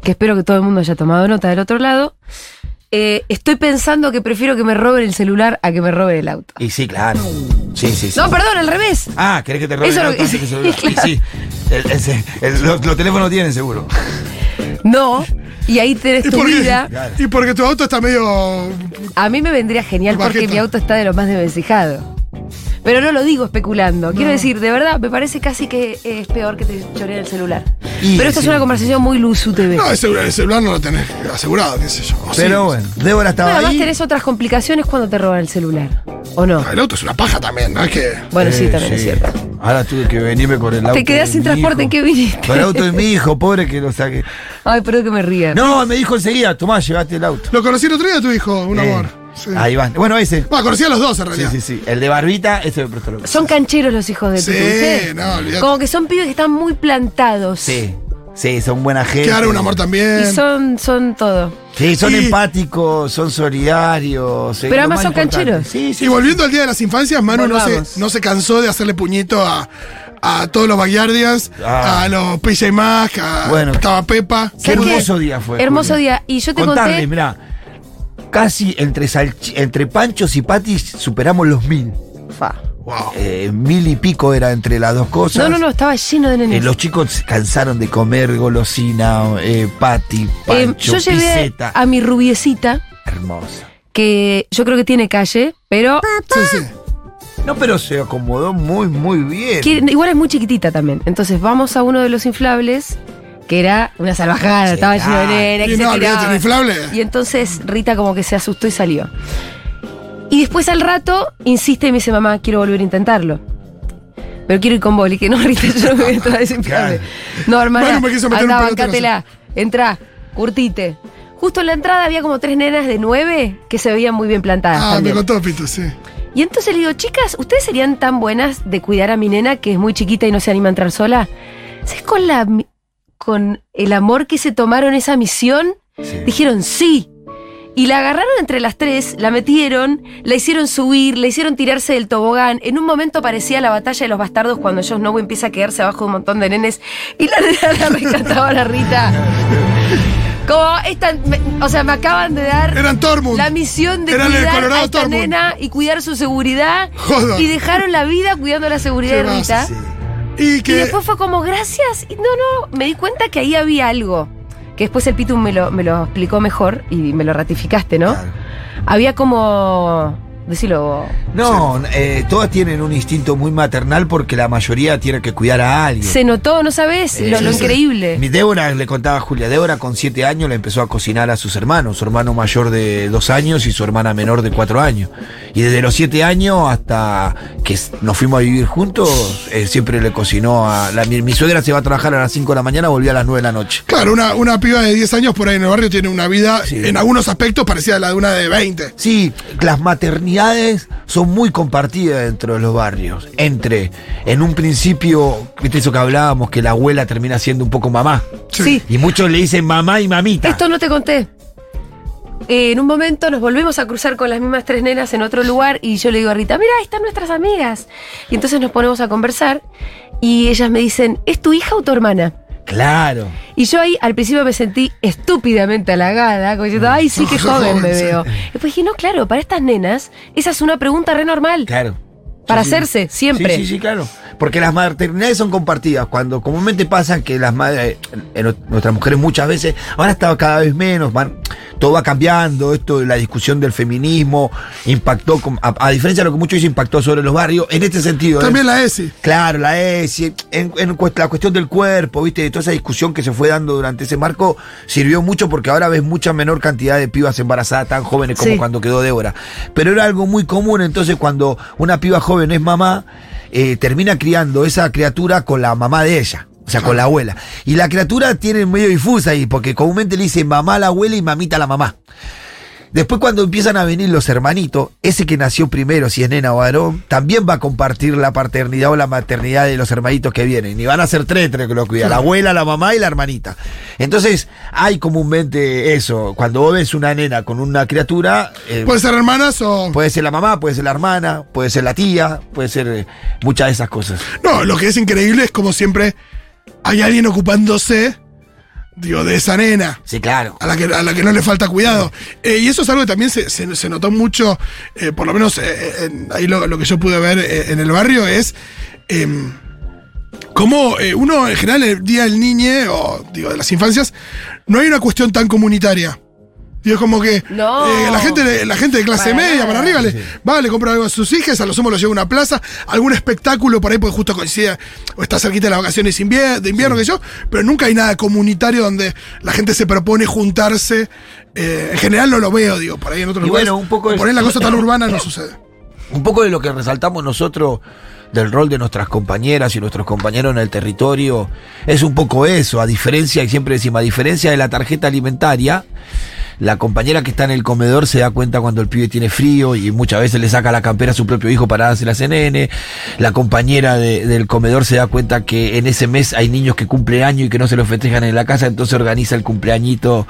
Speaker 1: que espero que todo el mundo haya tomado nota del otro lado, eh, estoy pensando que prefiero que me roben el celular a que me roben el auto.
Speaker 2: Y sí, claro. Sí, sí, sí.
Speaker 1: No, perdón, al revés.
Speaker 2: Ah, ¿querés que te roben
Speaker 1: Eso
Speaker 2: el
Speaker 1: lo-
Speaker 2: auto antes que se vaya?
Speaker 1: claro.
Speaker 2: Y sí, el- ese- el- los, los teléfonos tienen seguro.
Speaker 1: No, y ahí tenés
Speaker 3: Y
Speaker 1: tu
Speaker 3: porque,
Speaker 1: vida.
Speaker 2: Claro.
Speaker 3: y porque tu auto está medio.
Speaker 1: A mí me vendría genial
Speaker 3: Bajeta.
Speaker 1: porque mi auto está de lo más desvencijado. Pero no lo digo especulando. Quiero decir, de verdad, me parece casi que es peor que te choreen el celular.
Speaker 2: Y
Speaker 1: Pero esta
Speaker 2: sí.
Speaker 1: es una conversación muy Luzu TV.
Speaker 3: No, el celular, el celular no lo tenés asegurado, qué sé yo. O sí.
Speaker 2: Pero bueno, Débora
Speaker 1: Pero
Speaker 2: estaba
Speaker 1: además
Speaker 2: ahí.
Speaker 1: tenés otras complicaciones cuando te roban el celular. ¿O no?
Speaker 3: Ah, El auto es una paja también, ¿no? Es que.
Speaker 1: Bueno, sí,
Speaker 2: Eh,
Speaker 1: también es
Speaker 2: sí.
Speaker 1: cierto.
Speaker 2: Ahora tuve que venirme con el auto.
Speaker 1: quedás
Speaker 2: de
Speaker 1: sin
Speaker 2: mi
Speaker 1: transporte,
Speaker 2: hijo.
Speaker 1: ¿en qué viniste?
Speaker 2: Con el auto de mi hijo, pobre que lo saqué.
Speaker 1: Ay, pero que me ría.
Speaker 2: No, me dijo enseguida, Tomás, llevaste el auto.
Speaker 3: Lo conocí el otro día, tu hijo, un
Speaker 2: Eh,
Speaker 3: amor. Sí.
Speaker 2: Ahí van. Bueno, ese.
Speaker 3: Bueno, conocí a los dos en
Speaker 2: Sí,
Speaker 3: realidad.
Speaker 2: sí, sí. El de Barbita, ese me prestó lo
Speaker 1: Son cancheros los hijos de
Speaker 3: Sí,
Speaker 1: Tutu, ¿viste?
Speaker 3: no, olvidate.
Speaker 1: Como que son pibes que están muy plantados.
Speaker 2: Sí. Sí, son buena gente.
Speaker 3: Claro, un amor también.
Speaker 1: Y son, son todo.
Speaker 2: Sí, son
Speaker 3: Y-
Speaker 2: empáticos, son solidarios. es
Speaker 1: Pero
Speaker 2: lo
Speaker 1: además
Speaker 2: más
Speaker 1: son
Speaker 2: importante.
Speaker 1: cancheros.
Speaker 2: Sí, sí.
Speaker 3: Y volviendo al Día de las Infancias, Manu no se,
Speaker 1: Volvamos.
Speaker 3: no se cansó de hacerle puñito a, a todos los Bayardias,
Speaker 2: Ah.
Speaker 3: a los PJ Masks, a
Speaker 2: Bueno.
Speaker 3: estaba Pepa.
Speaker 2: Qué
Speaker 1: ¿Sabes qué?
Speaker 2: hermoso día fue,
Speaker 1: Hermoso
Speaker 2: Julia.
Speaker 1: día. Y yo te
Speaker 2: Contarles,
Speaker 1: conté.
Speaker 2: mirá. Casi entre, salchi- entre Panchos y Patis superamos los mil.
Speaker 1: Fa.
Speaker 3: Wow.
Speaker 2: Eh, mil y pico era entre las dos cosas.
Speaker 1: No, no, no, estaba lleno de
Speaker 2: Eh,
Speaker 1: nenes.
Speaker 2: los chicos se cansaron de comer golosina, eh, pati,
Speaker 1: Eh,
Speaker 2: pancho,
Speaker 1: yo llevé
Speaker 2: piseta.
Speaker 1: a mi rubiecita,
Speaker 2: Hermosa.
Speaker 1: que yo creo que tiene calle, pero
Speaker 3: Sí, sí.
Speaker 2: No, pero se acomodó muy, muy bien.
Speaker 1: que igual es muy chiquitita también. Entonces vamos a uno de los inflables, que era una salvajada,
Speaker 2: Sí,
Speaker 1: estaba lleno de
Speaker 2: ah.
Speaker 1: nenes, que
Speaker 3: Y
Speaker 1: se
Speaker 3: no, olvídate,
Speaker 1: tiraban.
Speaker 3: el inflable.
Speaker 1: Y entonces Rita como que se asustó y salió. Y después al rato insiste y me dice, mamá, quiero volver a intentarlo. Pero quiero ir con vos. Le dije, no, Rita, yo no me voy a entrar a desinflarme.
Speaker 2: Claro.
Speaker 1: No, hermana,
Speaker 3: Bueno, me quiso meter un
Speaker 1: andá,
Speaker 3: pelotazo.
Speaker 1: bancátela. Entrá, curtite. Justo en la entrada había como tres nenas de nueve que se veían muy bien plantadas
Speaker 3: Ah, me
Speaker 1: también.
Speaker 3: contó Pito, sí.
Speaker 1: Y entonces le digo, chicas, ¿ustedes serían tan buenas de cuidar a mi nena que es muy chiquita y no se anima a entrar sola? ¿Sabes con, la, mi- con el amor que se tomaron esa misión? Dijeron sí. Y la agarraron entre las tres, la metieron, la hicieron subir, la hicieron tirarse del tobogán. En un momento parecía la batalla de los bastardos cuando Josh Snow empieza a quedarse abajo de un montón de nenes y la nena la rescataban a Rita. Como esta, me- o sea, me acaban de dar
Speaker 3: Eran Tormund.
Speaker 1: la misión de
Speaker 3: Eran el
Speaker 1: cuidar
Speaker 3: Colorado
Speaker 1: a esta
Speaker 3: Tormund.
Speaker 1: nena y cuidar su seguridad
Speaker 3: Joda.
Speaker 1: y dejaron la vida cuidando la seguridad de
Speaker 3: Qué
Speaker 1: Rita.
Speaker 3: base, Y
Speaker 1: Y
Speaker 3: que.
Speaker 1: después fue como, gracias. Y no, no, me di cuenta que ahí había algo. Que después el Pitum me lo, me lo explicó mejor y me lo ratificaste, ¿no?
Speaker 2: Claro.
Speaker 1: Había como. Decilo.
Speaker 2: No, eh, todas tienen un instinto muy maternal porque la mayoría tiene que cuidar a alguien.
Speaker 1: Se notó, ¿no sabes?
Speaker 2: Eh,
Speaker 1: lo lo
Speaker 2: sí.
Speaker 1: increíble.
Speaker 2: Mi Débora le contaba a Julia, Débora con siete años le empezó a cocinar a sus hermanos, su hermano mayor de dos años y su hermana menor de cuatro años. Y desde los siete años hasta que s- nos fuimos a vivir juntos, eh, siempre le cocinó a... La, mi, mi suegra se va a trabajar a las 5 de la mañana, volvía a las 9 de la noche.
Speaker 3: Claro, una, una piba de 10 años por ahí en el barrio tiene una vida,
Speaker 2: Sí.
Speaker 3: en algunos aspectos, parecida a la de una de 20.
Speaker 2: Sí, las maternidades son muy compartidas dentro de los barrios. Entre, en un principio, viste eso que hablábamos, que la abuela termina siendo un poco mamá.
Speaker 1: Sí.
Speaker 2: Y muchos le dicen mamá y mamita.
Speaker 1: Esto no te conté. Eh, en un momento nos volvemos a cruzar con las mismas tres nenas en otro lugar y yo le digo a Rita, mira, ahí están nuestras amigas. Y entonces nos ponemos a conversar y ellas me dicen, ¿es tu hija o tu hermana?
Speaker 2: Claro.
Speaker 1: Y yo ahí al principio me sentí estúpidamente halagada, como diciendo, ay, sí, qué joven me veo. Después dije, no, claro, para estas nenas, esa es una pregunta re normal.
Speaker 2: Claro.
Speaker 1: Para
Speaker 2: Sí, sí.
Speaker 1: hacerse, siempre.
Speaker 2: Sí, sí, sí, claro. Porque las maternidades son compartidas. Cuando comúnmente pasan que las madres, en- en nuestras mujeres muchas veces, ahora está cada vez menos, van, todo va cambiando, esto de la discusión del feminismo impactó, con- a, a diferencia de lo que muchos dicen, impactó sobre los barrios, en este sentido. ¿eh?
Speaker 3: También la ESI.
Speaker 2: Claro, la ESI, en, en cuest- la cuestión del cuerpo, viste, de toda esa discusión que se fue dando durante ese marco, sirvió mucho porque ahora ves mucha menor cantidad de pibas embarazadas tan jóvenes como
Speaker 1: Sí.
Speaker 2: cuando quedó Débora. Pero era algo muy común, entonces cuando una piba joven es mamá, eh, termina criando esa criatura con la mamá de ella. O sea, con la abuela. Y la criatura tiene medio difusa ahí, porque comúnmente le dice mamá a la abuela y mamita a la mamá. Después cuando empiezan a venir los hermanitos, ese que nació primero, si es nena o varón, también va a compartir la paternidad o la maternidad de los hermanitos que vienen. Y van a ser tres, tres que lo cuidan, la abuela, la mamá y la hermanita. Entonces, hay comúnmente eso. Cuando vos ves una nena con una criatura, eh,
Speaker 3: Pueden ser hermanas o.
Speaker 2: puede ser la mamá, puede ser la hermana, puede ser la tía, puede ser eh, muchas de esas cosas.
Speaker 3: No, lo que es increíble es como siempre hay alguien ocupándose, digo, de esa nena.
Speaker 2: Sí, claro.
Speaker 3: A la, que, a la que no le falta cuidado. Eh, y eso es algo que también se, se- se notó mucho, eh, por lo menos eh, en- ahí lo, lo que yo pude ver eh, en el barrio es em, cómo eh, uno, en general, el día del niño, o digo, de las infancias, no hay una cuestión tan comunitaria. Digo, es como que
Speaker 1: No.
Speaker 3: eh, la, gente, la gente de clase
Speaker 1: Para
Speaker 3: media,
Speaker 1: nada.
Speaker 3: para arriba, le, va, le compra algo a sus hijas, a lo sumo lo lleva a una plaza, algún espectáculo por ahí, porque justo coincide, o está cerquita de las vacaciones invier- de invierno, que yo, pero nunca hay nada comunitario donde la gente se propone juntarse. Eh, en general no lo veo, digo, por ahí en otros
Speaker 2: Y
Speaker 3: lugares.
Speaker 2: bueno, un poco es-
Speaker 3: Por ahí la cosa tan urbana no sucede.
Speaker 2: Un poco de lo que resaltamos nosotros del rol de nuestras compañeras y nuestros compañeros en el territorio es un poco eso, a diferencia, y siempre decimos, a diferencia de la tarjeta alimentaria, la compañera que está en el comedor se da cuenta cuando el pibe tiene frío y muchas veces le saca la campera a su propio hijo para darse la CNN. La compañera de- del comedor se da cuenta que en ese mes hay niños que cumplen año y que no se los festejan en la casa, entonces organiza el cumpleañito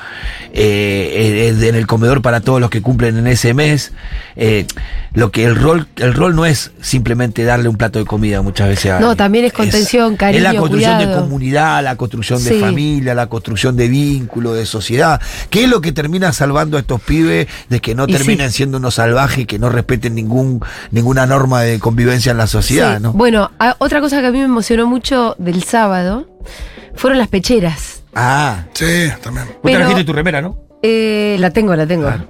Speaker 2: eh, eh, en el comedor para todos los que cumplen en ese mes. Eh, lo que el rol, el rol no es simplemente darle un plato de comida muchas veces. a
Speaker 1: No,
Speaker 2: alguien.
Speaker 1: también es contención,
Speaker 2: Es la
Speaker 1: cariño,
Speaker 2: construcción de
Speaker 1: cuidado.
Speaker 2: comunidad, la construcción de
Speaker 1: Sí.
Speaker 2: familia familia, la construcción de vínculo, de sociedad. ¿Qué es lo que termina salvando a estos pibes de que no
Speaker 1: Y
Speaker 2: terminen siendo unos salvajes que no respeten ningún, ninguna norma de convivencia en la sociedad,
Speaker 1: Sí. ah,
Speaker 2: no?
Speaker 1: Bueno, a- otra cosa que a mí me emocionó mucho del sábado fueron las pecheras.
Speaker 2: Ah.
Speaker 3: Sí, también.
Speaker 1: Pero- trajiste
Speaker 2: tu remera, ¿no?
Speaker 1: Eh, la tengo, la tengo.
Speaker 2: Claro.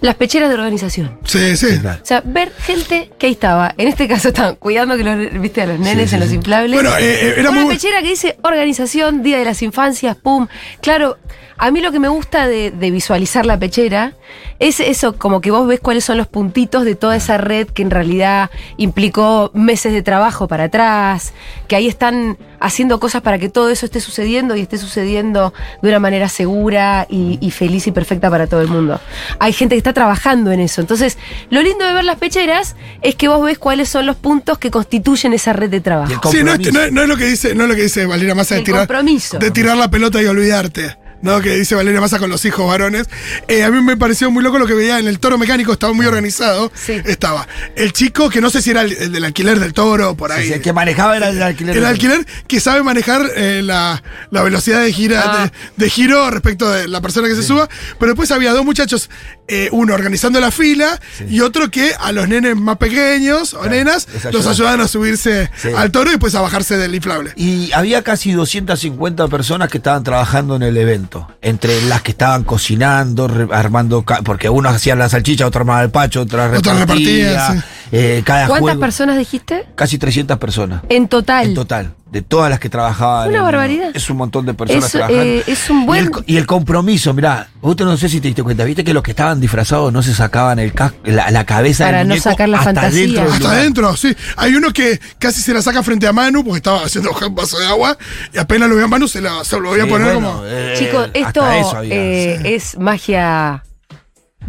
Speaker 1: Las pecheras de organización.
Speaker 3: Sí, sí.
Speaker 1: O sea, ver gente que ahí estaba. En este caso estaban cuidando que los, viste a los nenes
Speaker 2: sí,
Speaker 1: en los
Speaker 2: sí.
Speaker 1: inflables.
Speaker 3: Bueno, eh, eh, era
Speaker 1: Una
Speaker 3: muy. bu-
Speaker 1: pechera que dice organización, Día de las Infancias, pum. Claro, a mí lo que me gusta de, de visualizar la pechera es eso, como que vos ves cuáles son los puntitos de toda esa red que en realidad implicó meses de trabajo para atrás, que ahí están haciendo cosas para que todo eso esté sucediendo y esté sucediendo de una manera segura y, y feliz y perfecta para todo el mundo. Hay gente que está trabajando en eso. Entonces, lo lindo de ver las pecheras es que vos ves cuáles son los puntos que constituyen esa red de trabajo.
Speaker 3: Sí, no es, no es- no es lo que dice, no es lo que dice Valeria Massa de
Speaker 1: El
Speaker 3: tirar,
Speaker 1: compromiso.
Speaker 3: de tirar la pelota y olvidarte. ¿no? Que dice Valeria Massa con los hijos varones. Eh, a mí me pareció muy loco lo que veía en el toro mecánico, estaba muy organizado.
Speaker 1: Ah. Sí.
Speaker 3: Estaba el chico, que no sé si era el, el del alquiler del toro, por ahí.
Speaker 2: El que manejaba era el alquiler.
Speaker 3: El alquiler que sabe manejar eh, la, la velocidad de, gira,
Speaker 1: Ah.
Speaker 3: de, de giro respecto de la persona que se suba. Pero después había dos muchachos, eh, uno organizando la fila y otro que a los nenes más pequeños o nenas
Speaker 2: les
Speaker 3: los
Speaker 2: ayudaba.
Speaker 3: ayudaban a subirse
Speaker 2: Sí.
Speaker 3: al toro y después a bajarse del inflable.
Speaker 2: Y había casi 250 personas que estaban trabajando en el evento. Entre las que estaban cocinando, re- armando. ca- Porque unos hacían la salchicha, otros armaban el pacho, otras
Speaker 3: Otros
Speaker 2: repartían.
Speaker 3: repartían, sí.
Speaker 2: eh, cada
Speaker 1: ¿Cuántas
Speaker 2: juego-
Speaker 1: personas dijiste?
Speaker 2: Casi 300 personas.
Speaker 1: En total.
Speaker 2: En total, de todas las que trabajaban.
Speaker 1: Una
Speaker 2: en-
Speaker 1: barbaridad.
Speaker 2: Es un montón de personas
Speaker 1: Es,
Speaker 2: trabajando.
Speaker 1: eh, es un buen-
Speaker 2: Y el, co- y el compromiso, mirá, vos te- no sé si te diste cuenta, viste que los que estaban disfrazados no se sacaban el cas- la, la cabeza
Speaker 1: Para
Speaker 2: del
Speaker 1: no
Speaker 2: muñeco
Speaker 1: sacar la
Speaker 2: hasta
Speaker 1: fantasía.
Speaker 2: Dentro del
Speaker 1: Hasta
Speaker 3: Hasta
Speaker 2: lugar.
Speaker 3: adentro, sí. Hay uno que casi se la saca frente a Manu porque estaba haciendo un vaso de agua y apenas lo veo a Manu se, la, se lo voy a
Speaker 2: Sí,
Speaker 3: poner
Speaker 2: bueno,
Speaker 3: como.
Speaker 2: eh,
Speaker 1: Chicos,
Speaker 2: hasta
Speaker 1: esto
Speaker 2: eso había,
Speaker 1: eh,
Speaker 2: sí.
Speaker 1: es magia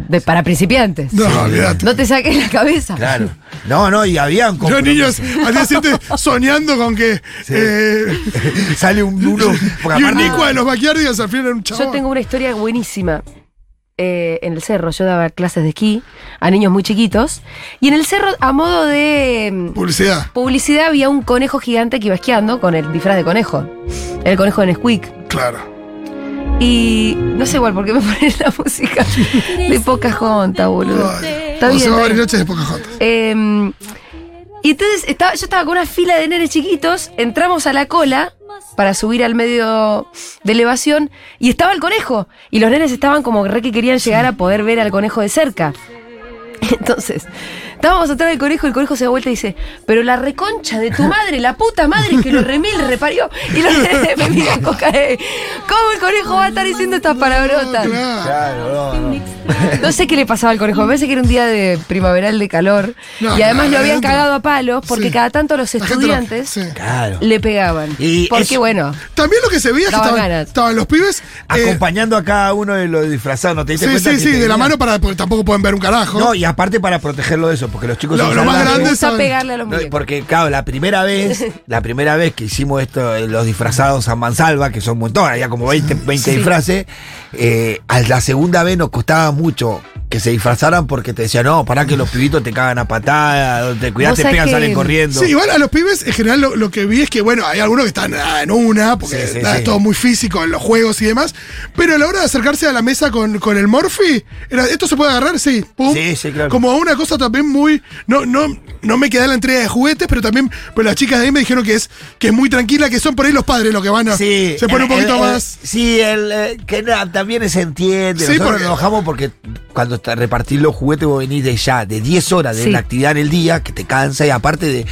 Speaker 1: de, para principiantes.
Speaker 3: No, olvídate.
Speaker 1: No te saques la cabeza.
Speaker 2: Claro. No, no, y habían
Speaker 3: Yo, niños,
Speaker 2: compromiso.
Speaker 3: al día siguiente soñando con que. eh,
Speaker 2: Sale un duro. porque
Speaker 3: y un
Speaker 2: aparte-
Speaker 3: Nico de los Backyardigans al final era un chabón.
Speaker 1: Yo tengo una historia buenísima. Eh, en el cerro, yo daba clases de esquí a niños muy chiquitos. Y en el cerro, a modo de mm,
Speaker 3: Publicidad.
Speaker 1: publicidad, había un conejo gigante que iba esquiando con el disfraz de conejo. Era El conejo de Nesquik.
Speaker 3: Claro.
Speaker 1: Y no sé igual por qué me ponen la música de poca jonta, boludo.
Speaker 3: Ay,
Speaker 1: Está
Speaker 3: o
Speaker 1: bien,
Speaker 3: se va
Speaker 1: está
Speaker 3: a
Speaker 1: bien.
Speaker 3: noches de Pocahontas.
Speaker 1: Eh, Y entonces estaba, yo estaba con una fila de nenes chiquitos, entramos a la cola para subir al medio de elevación y estaba el conejo. Y los nenes estaban como re que querían llegar a poder ver al conejo de cerca. Entonces, estábamos atrás del conejo y el conejo se da vuelta y dice, pero la reconcha de tu madre, la puta madre que lo remil reparió. Y los nenes me miran con cara de, ¿Cómo el conejo va a estar diciendo estas palabrotas?
Speaker 3: Claro.
Speaker 2: Claro, no, no.
Speaker 1: No sé qué le pasaba al conejo, me parece que era un día de primaveral de calor
Speaker 3: No,
Speaker 1: y además
Speaker 3: no,
Speaker 1: lo habían
Speaker 3: adentro.
Speaker 1: cagado a palos porque
Speaker 3: Sí.
Speaker 1: cada tanto los
Speaker 3: La gente lo-
Speaker 1: estudiantes
Speaker 3: sí.
Speaker 2: Claro.
Speaker 1: le pegaban.
Speaker 2: Y
Speaker 1: porque
Speaker 2: eso-
Speaker 1: bueno,
Speaker 3: También lo que se veía es que
Speaker 1: Daba
Speaker 3: estaban,
Speaker 1: ganas.
Speaker 3: estaban los pibes. eh,
Speaker 2: Acompañando a cada uno de los disfrazados, ¿no Ah, te diste
Speaker 3: sí,
Speaker 2: cuenta?
Speaker 3: sí,
Speaker 2: que
Speaker 3: sí, de la
Speaker 2: tenían-
Speaker 3: mano para. Porque tampoco pueden ver un carajo.
Speaker 2: No, y aparte para protegerlo de eso, porque los chicos
Speaker 3: Lo-
Speaker 2: son
Speaker 3: lo más
Speaker 2: salvajes.
Speaker 1: me
Speaker 3: grande
Speaker 1: gusta
Speaker 3: son-
Speaker 1: pegarle a los
Speaker 2: No,
Speaker 1: muñecos.
Speaker 2: porque, claro, la primera vez, la primera vez que hicimos esto, eh, los disfrazados a Mansalva, que son un montón, había como 20, 20 disfraces, eh, a la segunda vez nos costaba mucho que se disfrazaran porque te decían, no, pará que los pibitos te cagan a patadas, te cuidás,
Speaker 1: Vos
Speaker 2: te
Speaker 1: sabés
Speaker 2: pegan,
Speaker 1: que-
Speaker 2: salen corriendo.
Speaker 3: Sí, igual a los pibes en general lo, lo que vi es que, bueno, hay algunos que están ah, en una, porque
Speaker 2: Sí, sí,
Speaker 3: nada,
Speaker 2: sí.
Speaker 3: es todo muy físico en los juegos y demás, pero a la hora de acercarse a la mesa con, con el Morphy, era, esto se puede agarrar, sí, pum.
Speaker 2: Sí, sí, claro.
Speaker 3: Como una cosa también muy, no, no, no me queda la entrega de juguetes, pero también, pues las chicas de ahí me dijeron que es, que es muy tranquila, que son por ahí los padres los que van a,
Speaker 2: Sí,
Speaker 3: se pone un
Speaker 2: el-
Speaker 3: poquito
Speaker 2: el-
Speaker 3: más.
Speaker 2: Sí, el, eh, que na- también se entiende.
Speaker 3: Sí,
Speaker 2: Nosotros
Speaker 3: porque-
Speaker 2: nos enojamos porque cuando te repartís los juguetes vos venís de ya, de 10 horas de
Speaker 1: Sí.
Speaker 2: la actividad en el día, que te cansa y aparte de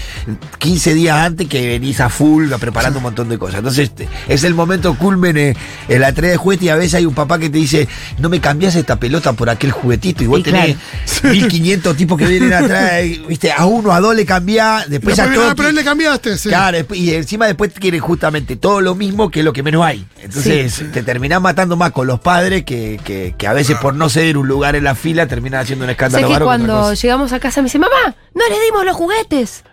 Speaker 2: 15 días antes que venís a full a preparando un montón de cosas. Entonces te- es el momento culmen eh, en la entrega de juguetes y a veces hay un papá que te dice, no me cambias esta pelota por aquel juguetito y vos
Speaker 1: Y
Speaker 2: tenés 1500 tipos que vienen atrás, y, viste, a uno, a dos le cambiás, después
Speaker 3: Después
Speaker 2: a
Speaker 3: viene,
Speaker 2: todos
Speaker 3: "Ah, pero él le cambiaste, sí.
Speaker 2: pues, Claro, despu- y encima después quieren justamente todo lo mismo que lo que menos hay. Entonces te terminás matando más con los padres que, que- que a veces por no ceder un lugar en la fila terminan haciendo un
Speaker 1: sé
Speaker 2: escándalo
Speaker 1: que
Speaker 2: bárbaro con otra
Speaker 1: cuando
Speaker 2: cosa.
Speaker 1: llegamos a casa me dice, mamá, no le dimos los juguetes.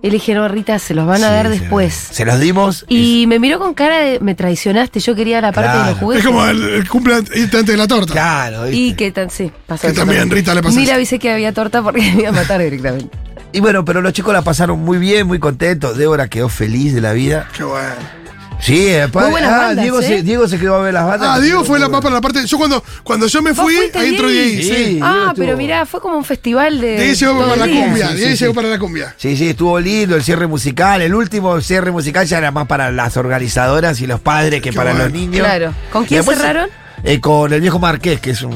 Speaker 1: Y le dije, no, Rita, se los van a
Speaker 2: Sí,
Speaker 1: dar
Speaker 2: se-
Speaker 1: después.
Speaker 2: Se los dimos
Speaker 1: y me miró con cara de, me traicionaste, yo quería la parte de
Speaker 2: Claro.
Speaker 1: los
Speaker 2: Es
Speaker 1: juguetes.
Speaker 3: Es como el, el cumpleaños antes de la torta.
Speaker 2: Claro, ¿viste?
Speaker 1: Y que tan, sí, pasó
Speaker 3: Que
Speaker 1: eso
Speaker 3: también Rita le pasó
Speaker 1: Ni
Speaker 3: eso.
Speaker 1: le avisé que había torta porque me iba a matar directamente.
Speaker 2: Y bueno, pero los chicos la pasaron muy bien, muy contentos. Débora quedó feliz de la vida.
Speaker 3: Qué bueno.
Speaker 2: Sí, después.
Speaker 1: Muy buenas
Speaker 2: ah,
Speaker 1: bandas,
Speaker 2: Diego,
Speaker 1: ¿eh?
Speaker 2: se, Diego se quedó a ver las bandas.
Speaker 3: Ah, Diego fue la papa en la parte. Yo cuando, cuando yo me
Speaker 1: ¿Vos
Speaker 3: fui,
Speaker 1: fuiste,
Speaker 3: ahí entró
Speaker 1: Diego?
Speaker 3: Diego.
Speaker 2: Sí.
Speaker 3: sí.
Speaker 1: ah,
Speaker 2: estuvo-
Speaker 1: pero mirá, fue como un festival de.
Speaker 3: Diego llegó
Speaker 1: todo
Speaker 3: para la
Speaker 1: el día.
Speaker 3: cumbia.
Speaker 2: Sí,
Speaker 3: Diego
Speaker 2: sí,
Speaker 3: llegó
Speaker 2: sí.
Speaker 3: para la cumbia.
Speaker 2: Sí, sí, estuvo lindo el cierre musical. El último cierre musical ya era más para las organizadoras y los padres que
Speaker 3: Qué
Speaker 2: para
Speaker 3: bueno.
Speaker 2: los niños.
Speaker 1: Claro. ¿Con quién cerraron?
Speaker 2: eh, con el viejo Marqués, que es un,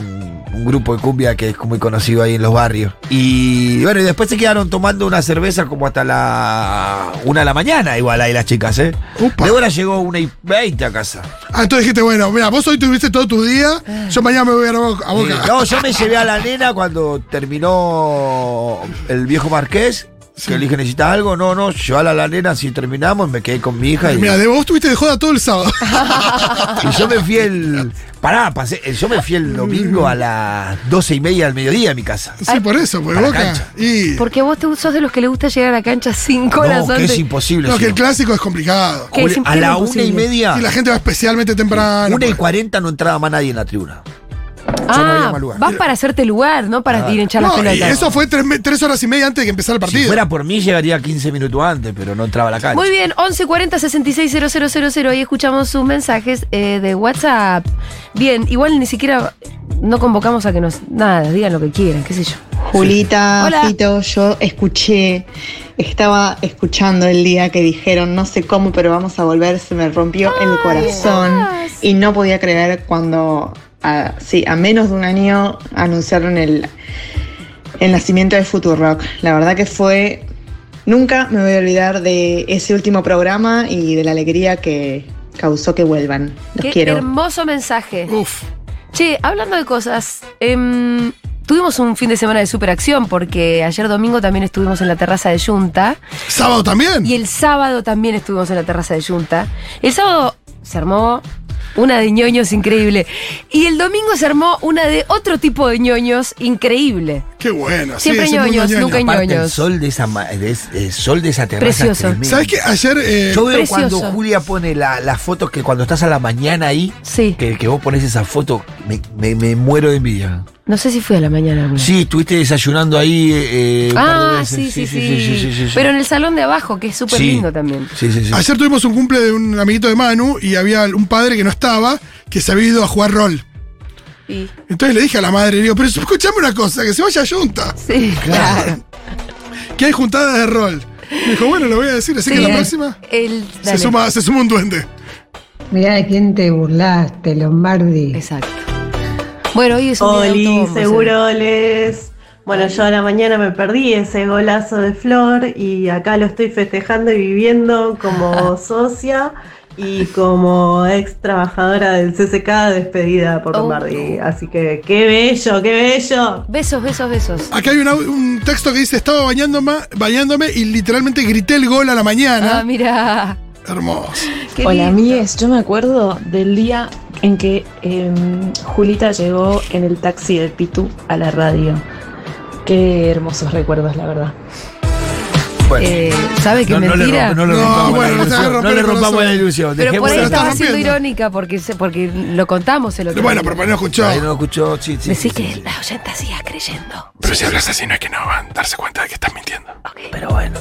Speaker 2: un grupo de cumbia que es muy conocido ahí en los barrios. Y bueno, y después se quedaron tomando una cerveza como hasta la una de la mañana, igual ahí las chicas, ¿eh?
Speaker 3: Upa.
Speaker 2: Débora llegó una y veinte a casa.
Speaker 3: Ah, entonces dijiste, bueno, mira, vos hoy tuviste todo tu día, yo mañana me voy a, Bo- a
Speaker 2: Eh,
Speaker 3: Boca.
Speaker 2: Ah. no, yo me llevé a la nena cuando terminó el viejo Marqués. Que le dije, ¿necesitas algo? No, no, llévala a la nena si terminamos, me quedé con mi hija. Y,
Speaker 3: Mira, de vos tuviste de joda todo el sábado.
Speaker 2: Ah, Y yo me fui el. Pará, pasé. eh, Yo me fui el domingo a las doce y media del mediodía a mi casa.
Speaker 3: sí, por eso, por
Speaker 2: Para
Speaker 3: Boca.
Speaker 2: cancha.
Speaker 3: Y.
Speaker 1: Porque vos te sos de los que le gusta llegar a la cancha cinco horas
Speaker 2: no, que
Speaker 1: antes.
Speaker 2: es imposible.
Speaker 3: No, que el
Speaker 2: señor.
Speaker 3: clásico es complicado.
Speaker 1: ¿Qué es
Speaker 2: a la una y
Speaker 1: imposible?
Speaker 2: media,
Speaker 3: Y la gente va especialmente temprano.
Speaker 2: Ah.
Speaker 3: pues.
Speaker 2: una y
Speaker 3: porque-
Speaker 2: cuarenta no entraba más nadie en la tribuna.
Speaker 1: ah,
Speaker 2: más lugar.
Speaker 1: vas para hacerte lugar, no para ir a hinchar las
Speaker 3: No, y
Speaker 1: pelotas.
Speaker 3: eso fue tres, me- tres horas y media antes de que empezara el
Speaker 2: Si
Speaker 3: partido.
Speaker 2: fuera por mí, llegaría 15 minutos antes, pero no entraba a la cancha.
Speaker 1: Muy bien, 1140 660000 Ahí escuchamos sus mensajes eh, de WhatsApp. Bien, igual ni siquiera no convocamos a que nos. Nada, digan lo que quieran, qué sé yo.
Speaker 7: Julita,
Speaker 1: Hola.
Speaker 7: Fito, yo escuché, estaba escuchando el día que dijeron, no sé cómo, pero vamos a volver, se me rompió el corazón
Speaker 1: Dios.
Speaker 7: y no podía creer cuando, a, sí, a menos de un año anunciaron el, el nacimiento de Futurock. La verdad que fue, nunca me voy a olvidar de ese último programa y de la alegría que causó que vuelvan. Los
Speaker 1: Qué
Speaker 7: quiero.
Speaker 1: hermoso mensaje.
Speaker 3: Uf.
Speaker 1: Che, hablando de cosas, em, tuvimos un fin de semana de superacción porque ayer domingo también estuvimos en la terraza de Junta
Speaker 3: ¿Sábado también?
Speaker 1: y el sábado también estuvimos en la terraza de Junta. El sábado se armó una de ñoños increíble y el domingo se armó una de otro tipo de ñoños increíble.
Speaker 3: Qué bueno. sí,
Speaker 1: Siempre
Speaker 3: ese mundo
Speaker 1: ñoños,
Speaker 3: ñoño.
Speaker 1: nunca ñoños.
Speaker 2: Aparte, el sol de esa, ma- de es- el sol de esa terraza. es
Speaker 1: Precioso.
Speaker 2: tremendo.
Speaker 3: ¿Sabes qué? Ayer. eh,
Speaker 2: Yo veo
Speaker 1: Precioso.
Speaker 2: cuando Julia pone la- las fotos que cuando estás a la mañana ahí,
Speaker 1: Sí.
Speaker 2: que, que vos pones esa foto, me, me- me muero de envidia.
Speaker 1: No sé si fui a la mañana. alguna.
Speaker 2: Sí, estuviste desayunando ahí. eh, un par de
Speaker 1: Ah,
Speaker 2: veces.
Speaker 1: sí sí sí, Pero en el salón de abajo, que es súper
Speaker 2: Sí.
Speaker 1: lindo también.
Speaker 2: Sí, sí, sí.
Speaker 3: Ayer tuvimos un cumple de un amiguito de Manu y había un padre que no estaba, que se había ido a jugar rol.
Speaker 1: Y-
Speaker 3: Entonces le dije a la madre, le digo, pero escuchame una cosa, que se vaya a Junta.
Speaker 1: sí, claro.
Speaker 3: que hay juntadas de rol. Me dijo, bueno, lo voy a decir, así
Speaker 1: Sí,
Speaker 3: que la
Speaker 1: el-
Speaker 3: próxima
Speaker 1: el-
Speaker 3: se
Speaker 1: dale.
Speaker 3: suma, se suma un duende.
Speaker 8: Mirá de quién te burlaste, Lombardi.
Speaker 1: Exacto. Bueno, hoy es un día de
Speaker 9: Oli,
Speaker 1: autobombo,
Speaker 9: seguro les. Bueno, yo a la mañana me perdí ese golazo de Flor y acá lo estoy festejando y viviendo como socia y como ex trabajadora del CCK despedida por
Speaker 1: Oh.
Speaker 9: Lombardi. Así que qué bello, qué bello.
Speaker 1: Besos, besos, besos.
Speaker 3: Acá hay un, au- un texto que dice, estaba bañándome, bañándome y literalmente grité el gol a la
Speaker 1: Ah,
Speaker 3: mañana.
Speaker 1: mira.
Speaker 3: Hermoso.
Speaker 1: Qué
Speaker 10: Hola,
Speaker 1: lindo.
Speaker 10: amigues. Yo me acuerdo del día en que em, Julita llegó en el taxi de Pitu a la radio. Qué hermosos recuerdos, la verdad.
Speaker 2: Bueno.
Speaker 1: Eh, ¿Sabe que
Speaker 2: no, no le
Speaker 1: mentira?
Speaker 2: rompa- no le
Speaker 3: No,
Speaker 2: rompamos, la,
Speaker 3: bueno, no te hagas
Speaker 2: ilusión, no
Speaker 3: romper
Speaker 2: le
Speaker 3: el
Speaker 2: rompamos
Speaker 3: corazón.
Speaker 2: la ilusión.
Speaker 1: pero por ahí
Speaker 3: lo
Speaker 2: dejémosla-
Speaker 1: estaba
Speaker 3: estás
Speaker 1: siendo
Speaker 3: rompiendo.
Speaker 1: irónica porque, se- porque lo contamos el otro
Speaker 3: Bueno,
Speaker 1: día.
Speaker 3: pero para no
Speaker 2: Ahí no
Speaker 3: escuchar.
Speaker 2: lo escuchó, sí, sí.
Speaker 1: Decí
Speaker 2: sí,
Speaker 1: que
Speaker 2: sí.
Speaker 1: la oyenta siga creyendo.
Speaker 3: Pero si hablas así no es que no van a darse cuenta de que estás mintiendo.
Speaker 2: Pero bueno.